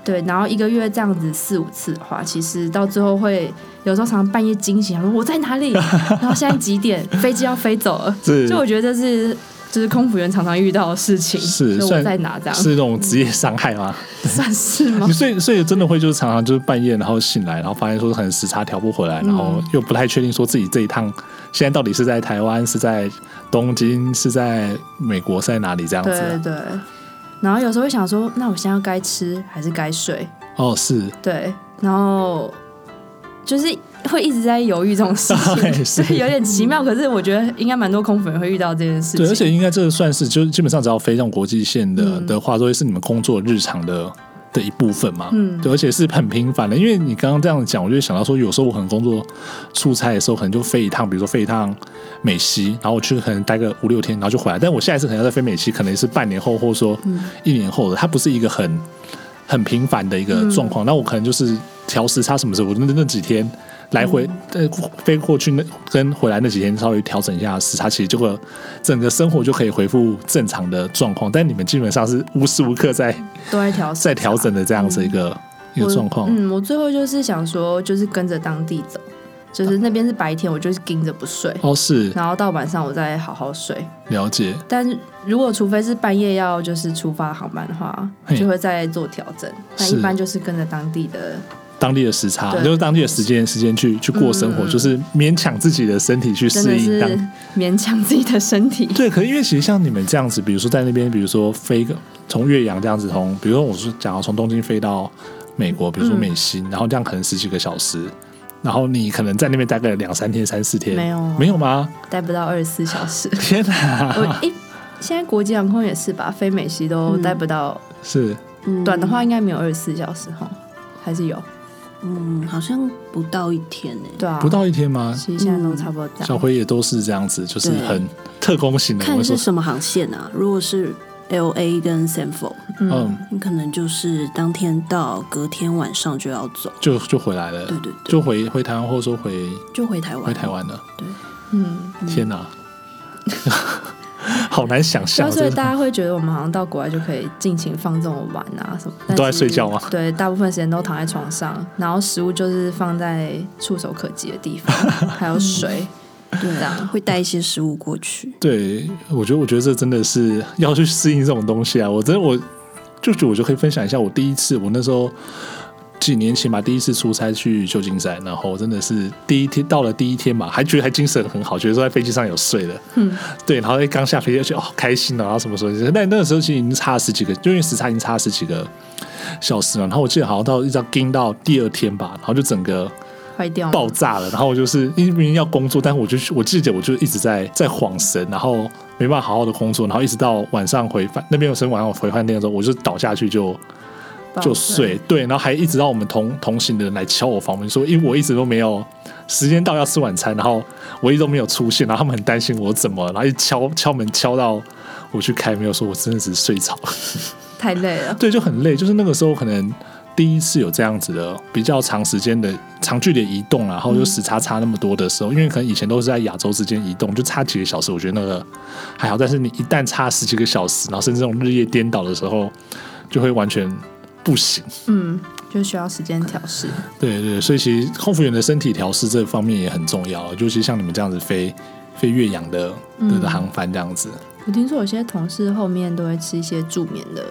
对，然后一个月这样子四五次的话，其实到最后会有时候常常半夜惊醒，想说我在 哪里，然后现在几点，飞机要飞走了。是就我觉得这是就是空服员常常遇到的事情，是所以算我在哪这样是那种职业伤害吗？算是吗你？所以所以真的会就是常常就是半夜然后醒来，然后发现说可能时差调不回来，然后又不太确定说自己这一趟现在到底是在台湾、是在东京、是在美国、是在哪里这样子、对啊。对。然后有时候会想说，那我现在该吃还是该睡？哦，是，对，然后就是会一直在犹豫这种事 哎情，是对，有点奇妙。可是我觉得应该蛮多空服员会遇到这件事情。对，而且应该这个算是就是基本上只要飞这种国际线的、嗯的话，都会是你们工作日常的。的一部分嘛，嗯对，而且是很频繁的，因为你刚刚这样讲，我就想到说，有时候我可能工作出差的时候，可能就飞一趟，比如说飞一趟美西，然后我去可能待个五六天，然后就回来。但我下一次可能要再飞美西，可能是半年后，或者说嗯一年后的，它不是一个很很频繁的一个嗯状况。那、我可能就是调时差什么时候，我那那几天来回、嗯呃飞过去那跟回来那几天稍微调整一下时差，其实就会整个生活就可以恢复正常的状况。但你们基本上是无时无刻在都在调在调整的这样子一个、一个状况。我嗯，我最后就是想说，就是跟着当地走，就是那边是白天，我就是盯着不睡，哦，是然后到晚上我再好好睡。了解，但如果除非是半夜要就是出发航班的话嘿，就会再做调整。但是一般就是跟着当地的，当地的时差对就是当地的时间时间去去过生活，就是勉强自己的身体去嗯真适应的当是勉强自己的身体。对，可是因为其实像你们这样子，比如说在那边，比如说飞个从岳阳这样子从，比如说我是讲要从东京飞到美国，比如说美西，嗯然后这样可能十几个小时，然后你可能在那边待个两三天、三四天，没有啊呃没有吗？。待不到二十四小时 天我哪，诶，现在国际航空也是嗯吧，飞美西都待不到，是短的话应该没有二十四小时哈，还是有。嗯，好像不到一天欸呢、对啊，不到一嗯天吗？其实现在都差不多这小样。辉也都是这样子，就是对很特工型嗯的，我看们说是，什么航线啊。如果是 L A 跟 San f o 嗯，你可能就是当天到，隔天晚上就要走，就就回来了，对对对就回回台湾，或者说回就回台湾。回台湾了。嗯，天哪， 好难想对象，啊，所以真的大家会觉得我们好像到国外就可以尽情放纵地玩啊什么，但都在其实睡觉吗对，大部分时间都躺在床上，然后食物就是放在触手可及的地方，还有水，嗯对这样会带一些食物过去。对，我觉得，我觉得这真的是要去适应这种东西啊！我真的，我就觉得我就可以分享一下我第一次，我那时候几年前吧，第一次出差去旧金山，然后真的是第一天到了第一天嘛，还觉得还精神很好，觉得说在飞机上有睡了，嗯，对，然后在刚下飞机就觉得哦开心了，然后什么时候？但那个时候其实已经差了十几个，就因为时差已经差了十几个小时了，然后我记得好像到一直到盯到第二天吧，然后就整个。坏掉了爆炸了，然后我就是因为明明要工作，但我就我记得我就一直在在晃神，然后没办法好好的工作，然后一直到晚上回饭那边有时候晚上回饭店的时候，我就倒下去就爆就睡，对，然后还一直让我们同同行的人来敲我房门，说因为我一直都没有时间到要吃晚餐，然后我一直都没有出现，然后他们很担心我怎么了，然后一敲敲门敲到我去开，没有说我真的只是睡着了。太累了。对，就很累。就是那个时候可能第一次有这样子的比较长时间的长距离移动啦，然后就时差差那么多的时候，因为可能以前都是在亚洲之间移动，就差几个小时，我觉得那个还好。但是你一旦差十几个小时，然后甚至这种日夜颠倒的时候，就会完全不行。嗯，就需要时间调试。对对，所以其实空服员的身体调试这方面也很重要，尤其像你们这样子飞飞岳阳的的、的航班这样子。我听说有些同事后面都会吃一些助眠的，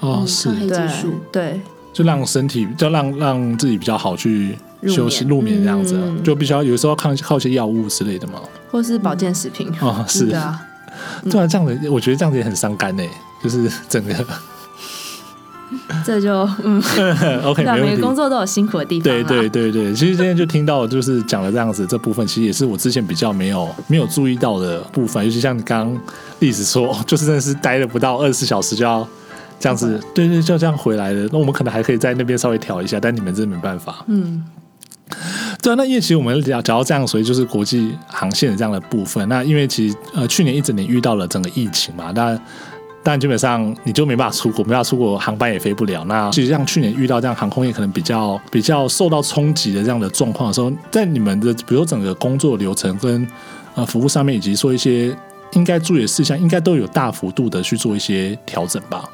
哦，是褪黑激素对对，就让身体就让让自己比较好去入休息眠入眠这样子啊，嗯就必须要有时候要靠靠一些药物之类的嘛。或是保健食品。啊、是， 对啊，对啊，这样子我觉得这样子也很伤肝呢、就是整个 这就嗯， OK 对啊， 没每问个工题。作都有辛苦的地方对啊啦。对对对，其实今天就听到就是讲了这样子这部分，其实也是我之前比较没有没有注意到的部分，尤其像你刚刚例子说，哦就是真的是待了不到二十四小时就要这样子，对对，就这样回来了。那我们可能还可以在那边稍微调一下，但你们真的没办法。嗯，对啊，那因为其实我们聊聊到这样，所以就是国际航线的这样的部分。那因为其实呃去年一整年遇到了整个疫情嘛，那但基本上你就没办法出国，没办法出国，航班也飞不了。那其实像去年遇到这样航空业可能比较比较受到冲击的这样的状况的时候，在你们的比如说整个工作流程跟呃服务上面，以及说一些应该注意的事项，应该都有大幅度的去做一些调整吧。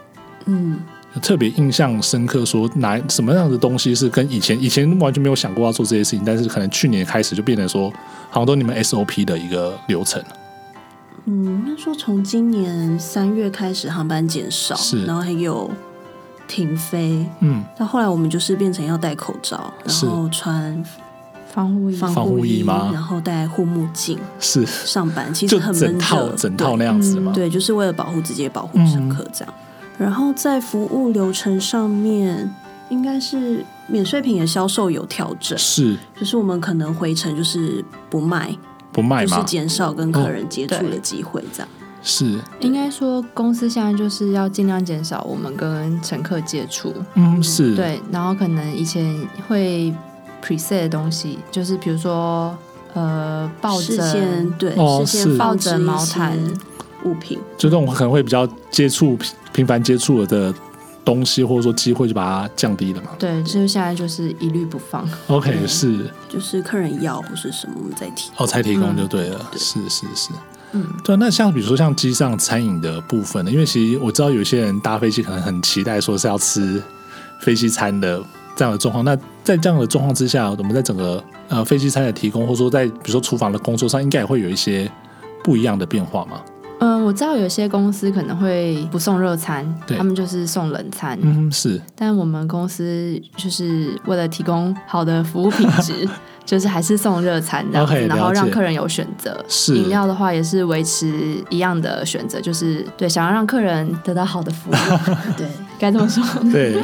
嗯，特别印象深刻，说哪什么样的东西是跟以前以前完全没有想过要做这些事情，但是可能去年开始就变成说，好像都你们 SOP 的一个流程。嗯，应该说从今年三月开始航班减少是，然后还有停飞，嗯，到后来我们就是变成要戴口罩，然是后穿防护衣。防防护护衣衣，吗然后戴护目镜是，上班，其实就很闷整套热，整套那样子嘛。对，嗯就是为了保护自己，也保嗯护乘客这样。然后在服务流程上面，应该是免税品的销售有调整，是就是我们可能回程就是不卖，不卖哦就是嘛？减少跟客人接触对的机会这样。是，应该说，公司现在就是要尽量减少我们跟乘客接触。嗯，是，，对，然后可能以前会 preset 的东西，就是比如说呃抱事先枕、对，哦事是先放置抱枕一毛些毯物品，就这种可能会比较接触频繁接触的东西，或者说机会，就把它降低了嘛。对，就是现在就是一律不放。 OK，对是。就是客人要或是什么，我们再提。哦，才提供嗯就对了，是是是，嗯，对啊。那像比如说像机上餐饮的部分呢，因为其实我知道有些人搭飞机可能很期待说是要吃飞机餐的这样的状况。那在这样的状况之下，我们在整个呃飞机餐的提供，或者说在比如说厨房的工作上，应该也会有一些不一样的变化嘛？嗯，我知道有些公司可能会不送热餐，对他们就是送冷餐。嗯，是但我们公司就是为了提供好的服务品 质，就是还是送热餐这样子 OK，然后了解让客人有选择。是饮料的话也是维持一样的选择，就是对，想要让客人得到好的服务， 对，该这么说。 对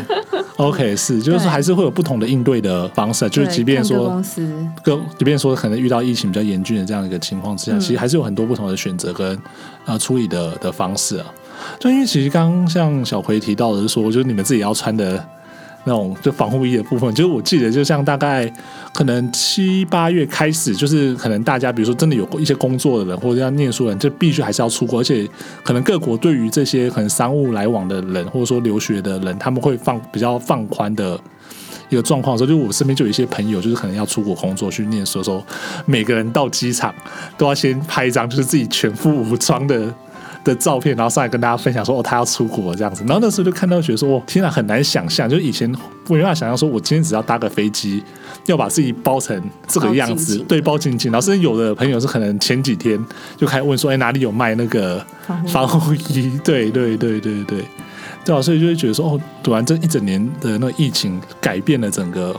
，OK，是，就是对说还是会有不同的应对的方式， 啊就是对即便看各说公司更即便说可能遇到疫情比较严峻的这样一个情况之下，嗯其实还是有很多不同的选择跟呃处理的的方式啊。就因为其实刚刚像小葵提到的是说，就是你们自己要穿的那种就防护衣的部分，就是我记得就像大概可能七八月开始，就是可能大家比如说真的有一些工作的人或者要念书的人，就必须还是要出国，而且可能各国对于这些可能商务来往的人或者说留学的人，他们会放比较放宽的。一个状况的时候，就我身边就有一些朋友，就是可能要出国工作去念书的时候，每个人到机场都要先拍一张就是自己全副武装的 的照片，然后上来跟大家分享说哦他要出国这样子。然后那时候就看到觉得说，哦天啊，很难想象，就是以前我没办法想象说我今天只要搭个飞机，要把自己包成这个样包紧子，紧对，包紧紧。然后甚至有的朋友是可能前几天就开始问说，哎哪里有卖那个防护防护衣？对对对对对。对啊，所以就会觉得说，哦，突然这一整年的那个疫情改变了整个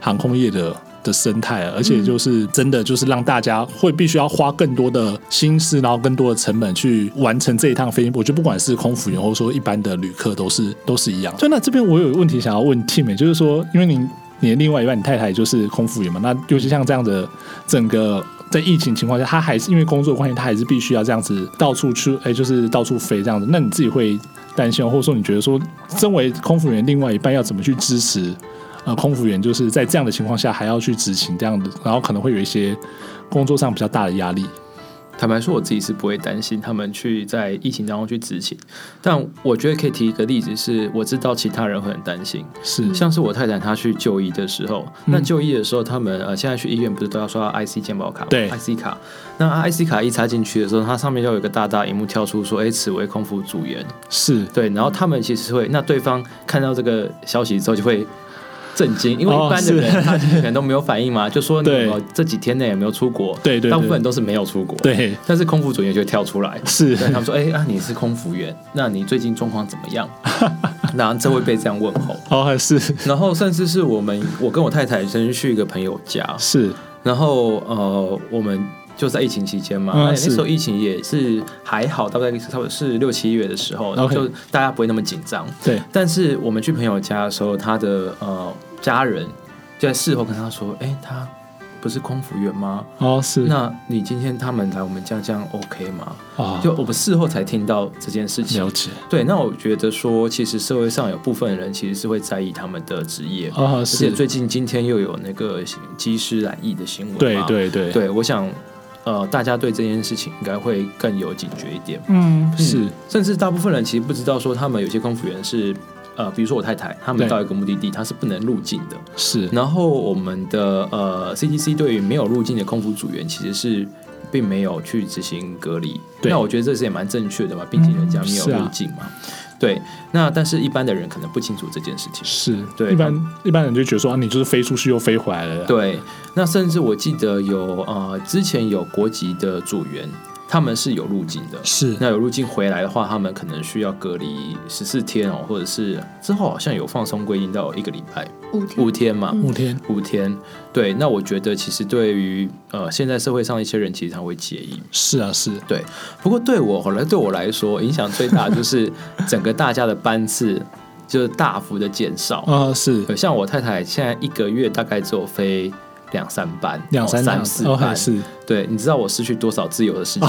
航空业的的生态啊，而且就是真的就是让大家会必须要花更多的心思，然后更多的成本去完成这一趟飞行。我觉得不管是空服员或者说一般的旅客都是都是一样。就那这边我有问题想要问 Tim，也就是说，因为你你的另外一半，你太太就是空服员嘛，那尤其像这样的整个。在疫情情况下，他还是因为工作关系，他还是必须要这样子到处去，哎、就是到处飞这样子。那你自己会担心吗，或者说你觉得说，身为空服员另外一半要怎么去支持呃空服员就是在这样的情况下还要去执行这样的，然后可能会有一些工作上比较大的压力。坦白说，我自己是不会担心他们去在疫情当中去执行，但我觉得可以提一个例子是，我知道其他人会很担心，是，像是我太太她去就医的时候，那嗯就医的时候，他们呃现在去医院不是都要刷 IC 健保卡吗，对，IC 卡。那 IC 卡一插进去的时候，它上面要有一个大大荧幕跳出说，哎，此为空服组员，是对，然后他们其实会，那对方看到这个消息之后就会。震惊，因为哦一般的人、是他可能都没有反 应嘛，就说你有没有这几天内有没有出国？对对对大部分人都是没有出国。， 对，但是空服组员就会跳出来，是对他们说：“哎、啊，你是空服员，那你最近状况怎么样？” 然后这会被这样问候。哦，还是然后甚至是我们，我跟我太太先去一个朋友家，是然后呃，我们就在疫情期间嘛，哎嗯那那是时候疫情也是还好，大概差不多是六七月的时候，然后 OK 就大家不会那么紧张。对，但是我们去朋友家的时候，他的呃家人就在事后跟他说：“哎、他不是空服员吗？哦是那你今天他们来我们家这样 OK 吗？”啊，就我们事后才听到这件事情了。解对，那我觉得说，其实社会上有部分人其实是会在意他们的职业。啊，而且是最近今天又有那个机师染疫的新闻嘛，对对对，对，我想，呃，大家对这件事情应该会更有警觉一点。嗯是嗯，甚至大部分人其实不知道说，他们有些空服员是，呃，比如说我太太，他们对到一个目的地，他是不能入境的。是然后我们的呃 CDC 对于没有入境的空服组员，其实是并没有去执行隔离。对那我觉得这是也蛮正确的嘛，毕竟人家没嗯有是啊入境嘛。对，那但是一般的人可能不清楚这件事情。是，对一般一般人就觉得说啊，你就是飞出去又飞回来了，对，那甚至我记得有呃，之前有国籍的组员，他们是有入境的。是那有入境回来的话，他们可能需要隔离十四天哦，或者是之后好像有放松规定到一个礼拜，五天嗯五天嘛，五天五天。对，那我觉得其实对于呃现在社会上一些人，其实他会介意。是啊是对，不过对我后来对我来说，影响最大的就是整个大家的班次就是大幅的减少。啊是对，像我太太现在一个月大概只有飞两三班，两三哦两三四，OK 班。是，对，你知道我失去多少自由 的时间？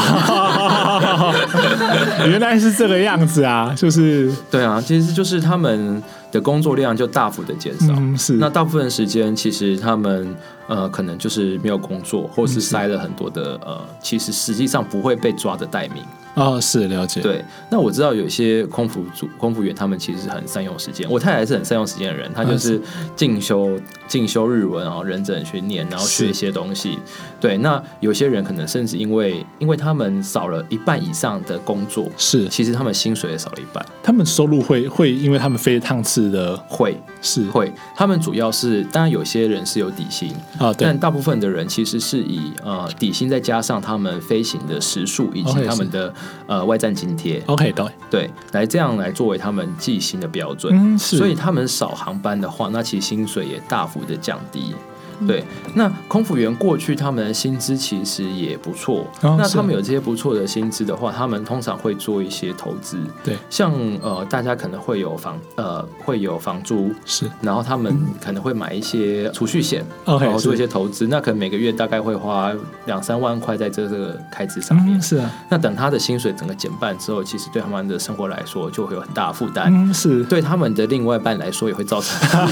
原来是这个样子 啊，就是对啊，其实就是他们的工作量就大幅的减少。嗯是那大部分时间，其实他们呃，可能就是没有工作，或嗯是塞了很多的呃，其实实际上不会被抓的待命。哦是了解，对，那我知道有些空服组、空服员他们其实很善用时间。我太太是很善用时间的人，她嗯就是进修、进修日文啊，认真地去念，然后是学一些东西。对，那有些人可能甚至因为因为他们少了一半以上的工作，是其实他们薪水也少了一半。他们收入会会因为他们飞一趟次的会是会，他们主要是当然有些人是有底薪，啊对但大部分的人其实是以呃底薪再加上他们飞行的时数以 OK，及他们哦是的呃外站津贴， ，OK 对，对，来这样来作为他们计薪的标准。嗯是，所以他们少航班的话，那其实薪水也大幅的降低。嗯对，那空服员过去他们的薪资其实也不错，哦那是他们有这些不错的薪资的话，他们通常会做一些投资，对像呃大家可能会有房呃会有房租，是然后他们可能会买一些储蓄险，嗯 OK，然后做一是些投资，那可能每个月大概会花两三万块在这个开支上面嗯。是啊那等他的薪水整个减半之后，其实对他们的生活来说就会有很大的负担。嗯是，对他们的另外一半来说也会造成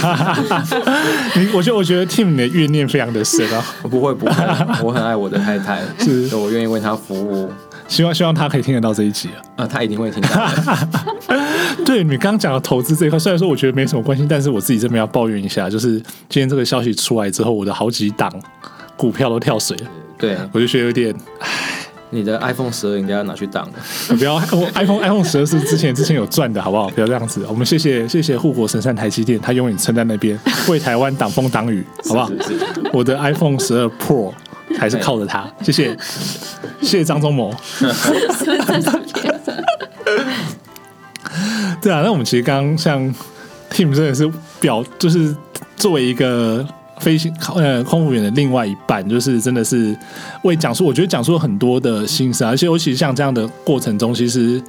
你我觉得我觉得 Tim 你的怨念非常的深啊，不会不会，我很爱我的太太， 是所以我愿意为她服务，希望希望他可以听得到这一集啊。啊，她一定会听到 的。对你刚刚讲的投资这一块，虽然说我觉得没什么关系，但是我自己这边要抱怨一下，就是今天这个消息出来之后，我的好几档股票都跳水了， 对，我就觉得有点你的 iPhone 十二应该要拿去挡，呃不要我 iPhone iPhone 十二是之前之前有赚的好不好？不要这样子，我们谢谢谢谢护国神山台积电，它永远撑在那边，为台湾挡风挡雨，好不好？是是是我的 iPhone 十二 Pro 还是靠着它，谢谢谢谢张忠谋。 对啊，那我们其实刚刚像 Tim 真的是表，就是作为一个飞行呃空服员的另外一半，就是真的是为讲述，我觉得讲述了很多的心声啊，而且尤其像这样的过程中，其实。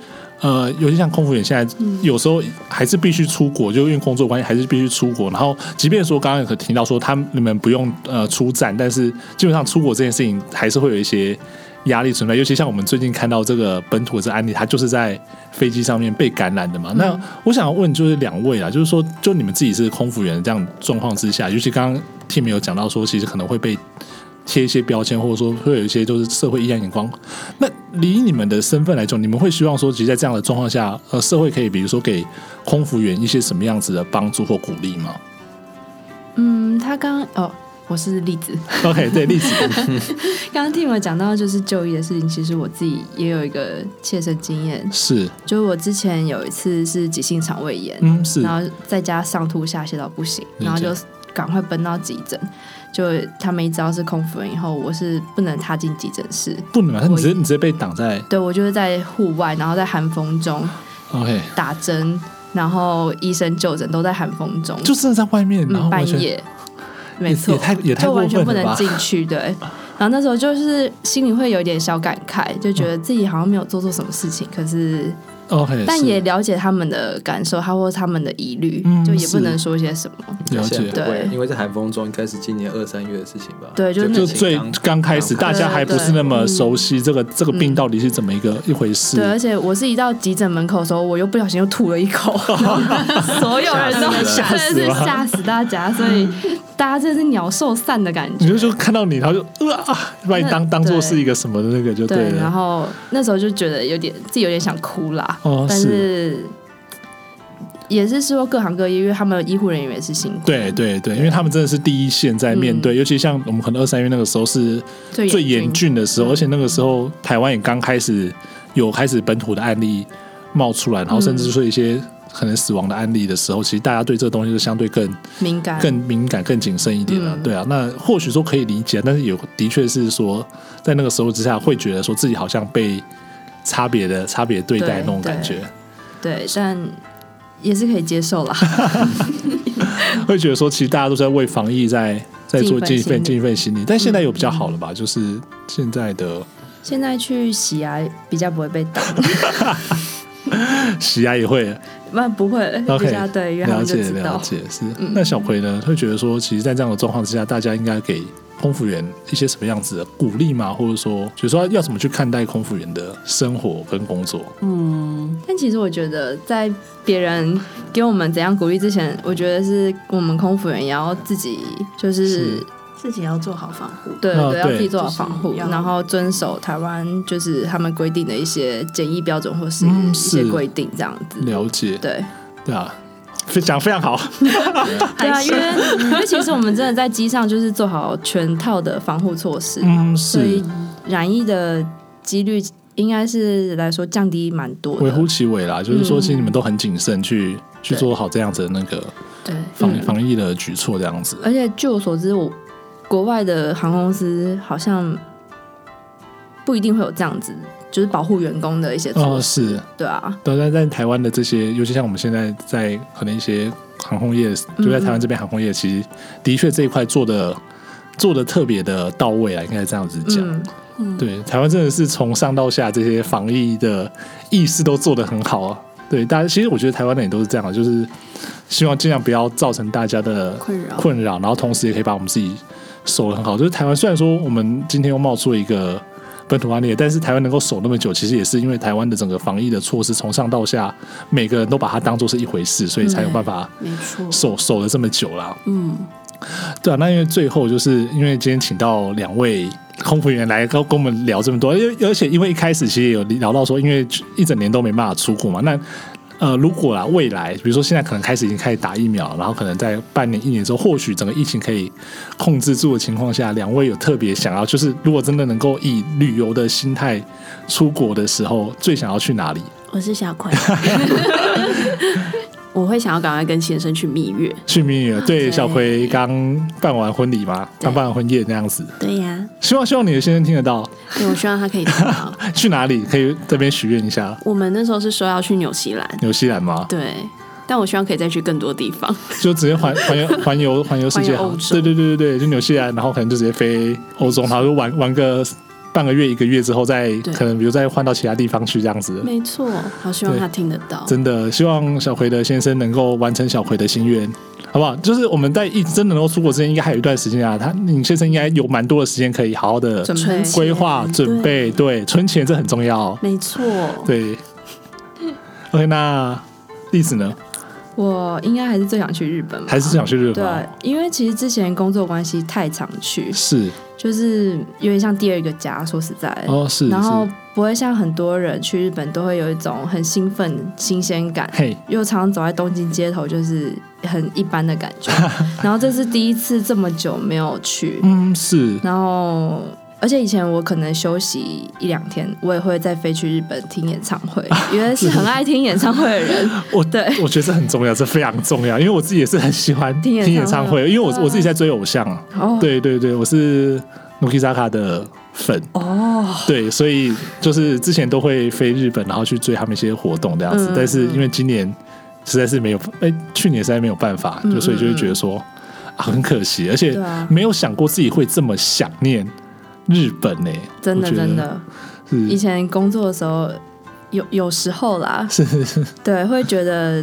呃，尤其像空服员，现在有时候还是必须出国，就因为工作关系还是必须出国。然后，即便说刚刚有提到说他们你们不用呃出站，但是基本上出国这件事情还是会有一些压力存在。尤其像我们最近看到这个本土的这案例，他就是在飞机上面被感染的嗯嘛。那我想问就是两位啊，就是说，就你们自己是空服员这样状况之下，尤其刚刚 Tim 有讲到说，其实可能会被贴一些标签，或者说会有一些就是社会异样眼光。那以你们的身份来讲，你们会希望说，其实在这样的状况下，呃，社会可以比如说给空服员一些什么样子的帮助或鼓励吗嗯，他刚哦，我是例子。 ？OK，对，例子， 刚刚听我讲到就是就医的事情，其实我自己也有一个切身经验，是，就是我之前有一次是急性肠胃炎，嗯，是然，后在家上吐下泻到不行，理解然后就赶快奔到急诊。就他们一知道是空腹人以后，我是不能踏进急诊室。不能嘛，你直接我你直接被挡在对我就是在户外，然后在寒风中 OK，打针，然后医生就诊都在寒风中，就真的在外面，然后嗯，完半全夜，没错，也太也太就完全过不分了吧能进 去，对。然后那时候就是心里会有点小感慨，就觉得自己好像没有做错什么事情，可是 OK，但哦是也了解他们的感受，还有他们的疑虑，嗯就也不是能说些什么。了现解在。不会对因为在寒风中应该是今年二三月的事情吧？对就那就疫情最刚刚开始，大家还不是那么熟悉这个这个病到底是怎么一个一回事嗯对，。而且我是一到急诊门口的时候，我又不小心又吐了一 口，所有人都死了吓吓死真的了是吓死大家，所以大家真的是鸟兽散的感 你觉。就就看到你，然后就呃啊，把你当那当做对是一个什么的那个就对，然了。后那时候就觉得有点自己有点想哭啦，哦但是是也是说各行各业，因为他们医护人员也是辛苦，对对对，因为他们真的是第一线在面嗯对，尤其像我们可能二三月那个时候是最最严峻的时候，嗯而且那个时候台湾也刚开始有开始本土的案例冒出来，然后甚嗯至说一些可能死亡的案例的时候，其实大家对这个东西就相对更敏感，更敏感、更谨慎一点了、嗯对啊，那或许说可以理解，但是有的确是说，在那个时候之下，会觉得说自己好像被差别的差别对待对那种感觉，对，但也是可以接 受啦。会觉得说其实大家都在为防疫在在做尽尽一一份份心力嗯尽一份心力，但现在有比较好了吧？就是现在的现在去洗牙比较不会 被打，喜爱也会不不会 OK，比较对，因为他了们就解知了道。嗯解是。那小葵呢，会觉得说，其实，在这样的状况之下，大家应该给。空服员一些什么样子的鼓励吗？或者说，比如说要怎么去看待空服员的生活跟工作？但其实我觉得，在别人给我们怎样鼓励之前，我觉得是我们空服员也要自己就是是 自己要做好防护。对啊对，要对自己做好就是防护，要然后遵守台湾就是他们规定的一些检疫标准或是嗯一些是规定这样子。了解，对对啊，非讲得非常 好，对啊，还因 是为因为其实我们真的在机上就是做好全套的防护措施，嗯，所是以染疫的几率应该是来说降低蛮多微乎的。其微啦。就是说，嗯其实你们都很谨慎去去对做好这样子的那个对，防嗯防疫的举措，这样子。而且据我所知，我国外的航空公司好像不一定会有这样子，就是保护员工的一些措哦，施。是，对啊，但但在台湾的这些，尤其像我们现在在可能一些航空业，就在台湾这边航空业，其实的确这一块做的做的特别的到位啊，应该这样子讲。嗯，对，台湾真的是从上到下这些防疫的意识都做得很好啊。对，大家其实我觉得台湾人也都是这样啊，就是希望尽量不要造成大家的困扰困扰，然后同时也可以把我们自己守得很好。就是台湾虽然说我们今天又冒出了一个本土案例，但是台湾能够守那么久，其实也是因为台湾的整个防疫的措施从上到下，每个人都把它当做是一回事，所以才有办法没错，守守了这么久啦。嗯，对啊，那因为最后就是因为今天请到两位空服员来跟跟我们聊这么多，因为而且因为一开始其实也有聊到说，因为一整年都没办法出国嘛，那。呃，如果啦，未来比如说现在可能开始已经开始打疫苗了，然后可能在半年、一年之后，或许整个疫情可以控制住的情况下，两位有特别想要，就是如果真的能够以旅游的心态出国的时候，最想要去哪里？我是 小葵。我会想要赶快跟先生去蜜月。去蜜月？对，对小葵刚办完婚礼嘛，刚办完婚宴那样子，对呀、希望希望你的先生听得到。对我希望他可以听到。去哪里可以这边许愿一下？我们那时候是说要去纽西兰，纽西兰吗？对，但我希望可以再去更多地 方。就直接环 环游环游环游世界环游好欧？洲对对对对对，就纽西兰，然后可能就直接飞欧洲，然后就玩玩个半个月一个月之后再，对可能比如再换到其他地方去这样子。没错，好希望他听得到。真的希望小葵的先生能够完成小葵的心愿，好不好？就是我们在一真的能够出国之前，应该还有一段时间啊。他你先生应该有蛮多的时间可以好好的准备存钱规划准备，对，存钱这很重要，没错，对。OK，那例子呢？我应该还是最想去日本吧，还是想去日本对吗？，因为其实之前工作关系太常去，是就是有点像第二个家。说实在的，哦，是，然后是不会像很多人去日本都会有一种很兴奋、新鲜感，嘿，又常常走在东京街头，就是很一般的感 觉。然后这是第一次这么久没有去，嗯，是然后。而且以前我可能休息一两天，我也会再飞去日本听演唱 会，因为是很爱听演唱会的人。我对我觉得这很重要，这非常重要，因为我自己也是很喜欢听演听演唱唱会会，因为我对啊我自己在追偶像，啊哦，对对对，我是 Nukizaka 的粉，哦，对，所以就是之前都会飞日本，然后去追他们一些活动这样子，嗯但是因为今年。实在是没有，哎、去年实在没有办法，就所以就会觉得说、啊，很可惜，而且嗯对啊没有想过自己会这么想念日本呢、真的我觉得真的，以是前工作的时候，有有时候啦，是是是， 对，会觉得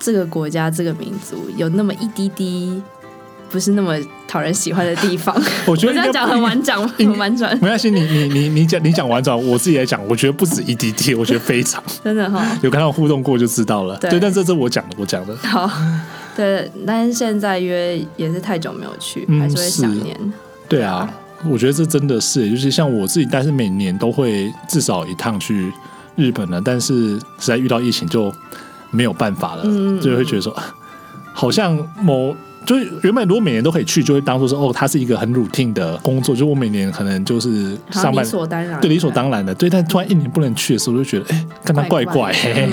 这个国家、这个民族有那么一滴滴不是那么讨人喜欢的 地方。我觉我得这样应该讲不很一婉转，很婉转，没关系，你你你你讲你讲婉转，我自己来讲，我觉得不止一滴滴，我觉得非 常真的哈、有跟他们互动过就知道了。对对，但这是我讲的，我讲的。好，对，但是现在约也是太久没有去，嗯还是会想是念。对啊，我觉得这真的是，就是像我自己，但是每年都会至少一趟去日本了，但是实在遇到疫情就没有办法了，嗯嗯嗯就会觉得说，啊好像某。就是原本如果每年都可以去，就会当做是哦，它是一个很 routine 的工作。就我每年可能就是上好像理班，所当然，对理所当然的，对。但突然一年不能去的时候，就觉得哎，跟他怪怪、嘿嘿嘿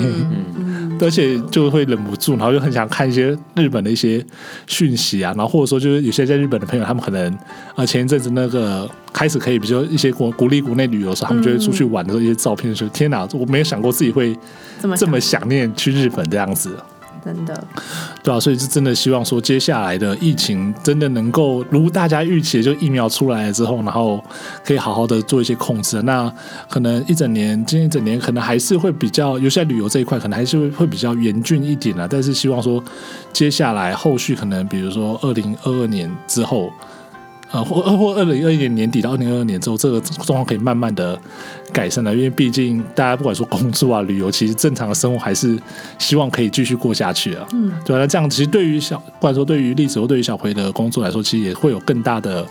嗯，而且就会忍不住，然后就很想看一些日本的一些讯息啊，然后或者说就是有些在日本的朋友，他们可能啊前一阵子那个开始可以，比如说一些国国立国内旅游的时候，他们就会出去玩的时候，一些照片说天哪，我没有想过自己会这么这想么想念去日本这样子，真的，对啊，所以是真的希望说接下来的疫情真的能够如大家预期，就疫苗出来了之后，然后可以好好的做一些控制。那可能一整年，今年一整年可能还是会比较，尤其在旅游这一块，可能还是会会比较严峻一点啊。但是希望说接下来后续可能，比如说二零二二年之后。呃，或或二零二一年年底到二零二二年之后，这个状况可以慢慢的改善了，因为毕竟大家不管说工作啊、旅游，其实正常的生活还是希望可以继续过下去啊。嗯，对啊，那这样其实对于小，不管说对于栗子或对于小葵的工作来说，其实也会有更大的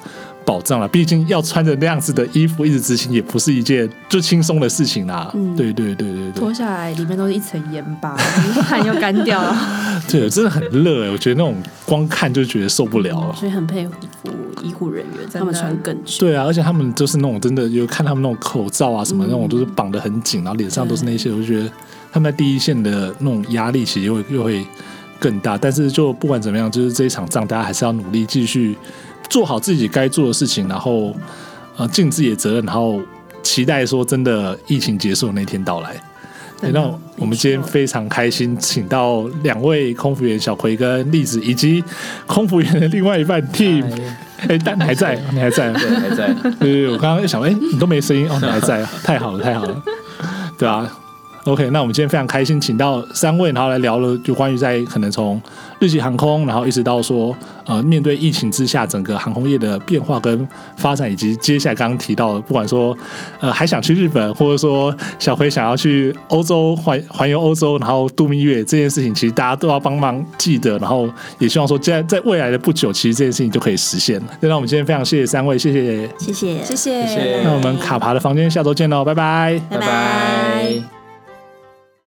保障了。毕竟要穿着那样子的衣服一直执行，也不是一件就轻松的事情啦。嗯对对对对对脱，下来里面都是一层盐巴， 汗又干掉了。对，真的很热、欸，我觉得那种光看就觉得受不了了。所以很佩服医护人员，的他们穿更久。对啊，而且他们就是那种真的有看他们那种口罩啊什么那种，都是绑得很紧，然后脸上都是那些，我就觉得他们在第一线的那种压力其实又会又会更大。但是就不管怎么样，就是这一场仗，大家还是要努力继续做好自己该做的事情，然后呃尽自己的责任，然后期待说真的疫情结束的那天到来。真的那我们今天非常开心，请到两位空服员小葵跟栗子，以及空服员的另外一半 Team。哎，但你还在，你还在，对，还在。对对，对我刚刚在想，哎、你都没声音哦，你还在啊，太好了，太好了，对啊。OK，那我们今天非常开心，请到三位，然后来聊了就关于在可能从日系航空，然后一直到说呃面对疫情之下整个航空业的变化跟发展，以及接下来刚刚提到的，不管说呃还想去日本，或者说小辉想要去欧洲环环游欧洲，然后度蜜月这件事情，其实大家都要帮忙记得，然后也希望说在在未来的不久，其实这件事情就可以实现了。那我们今天非常谢谢三位，谢谢谢 谢，谢谢谢谢那我们卡爬的房间下周见喽，拜拜。拜拜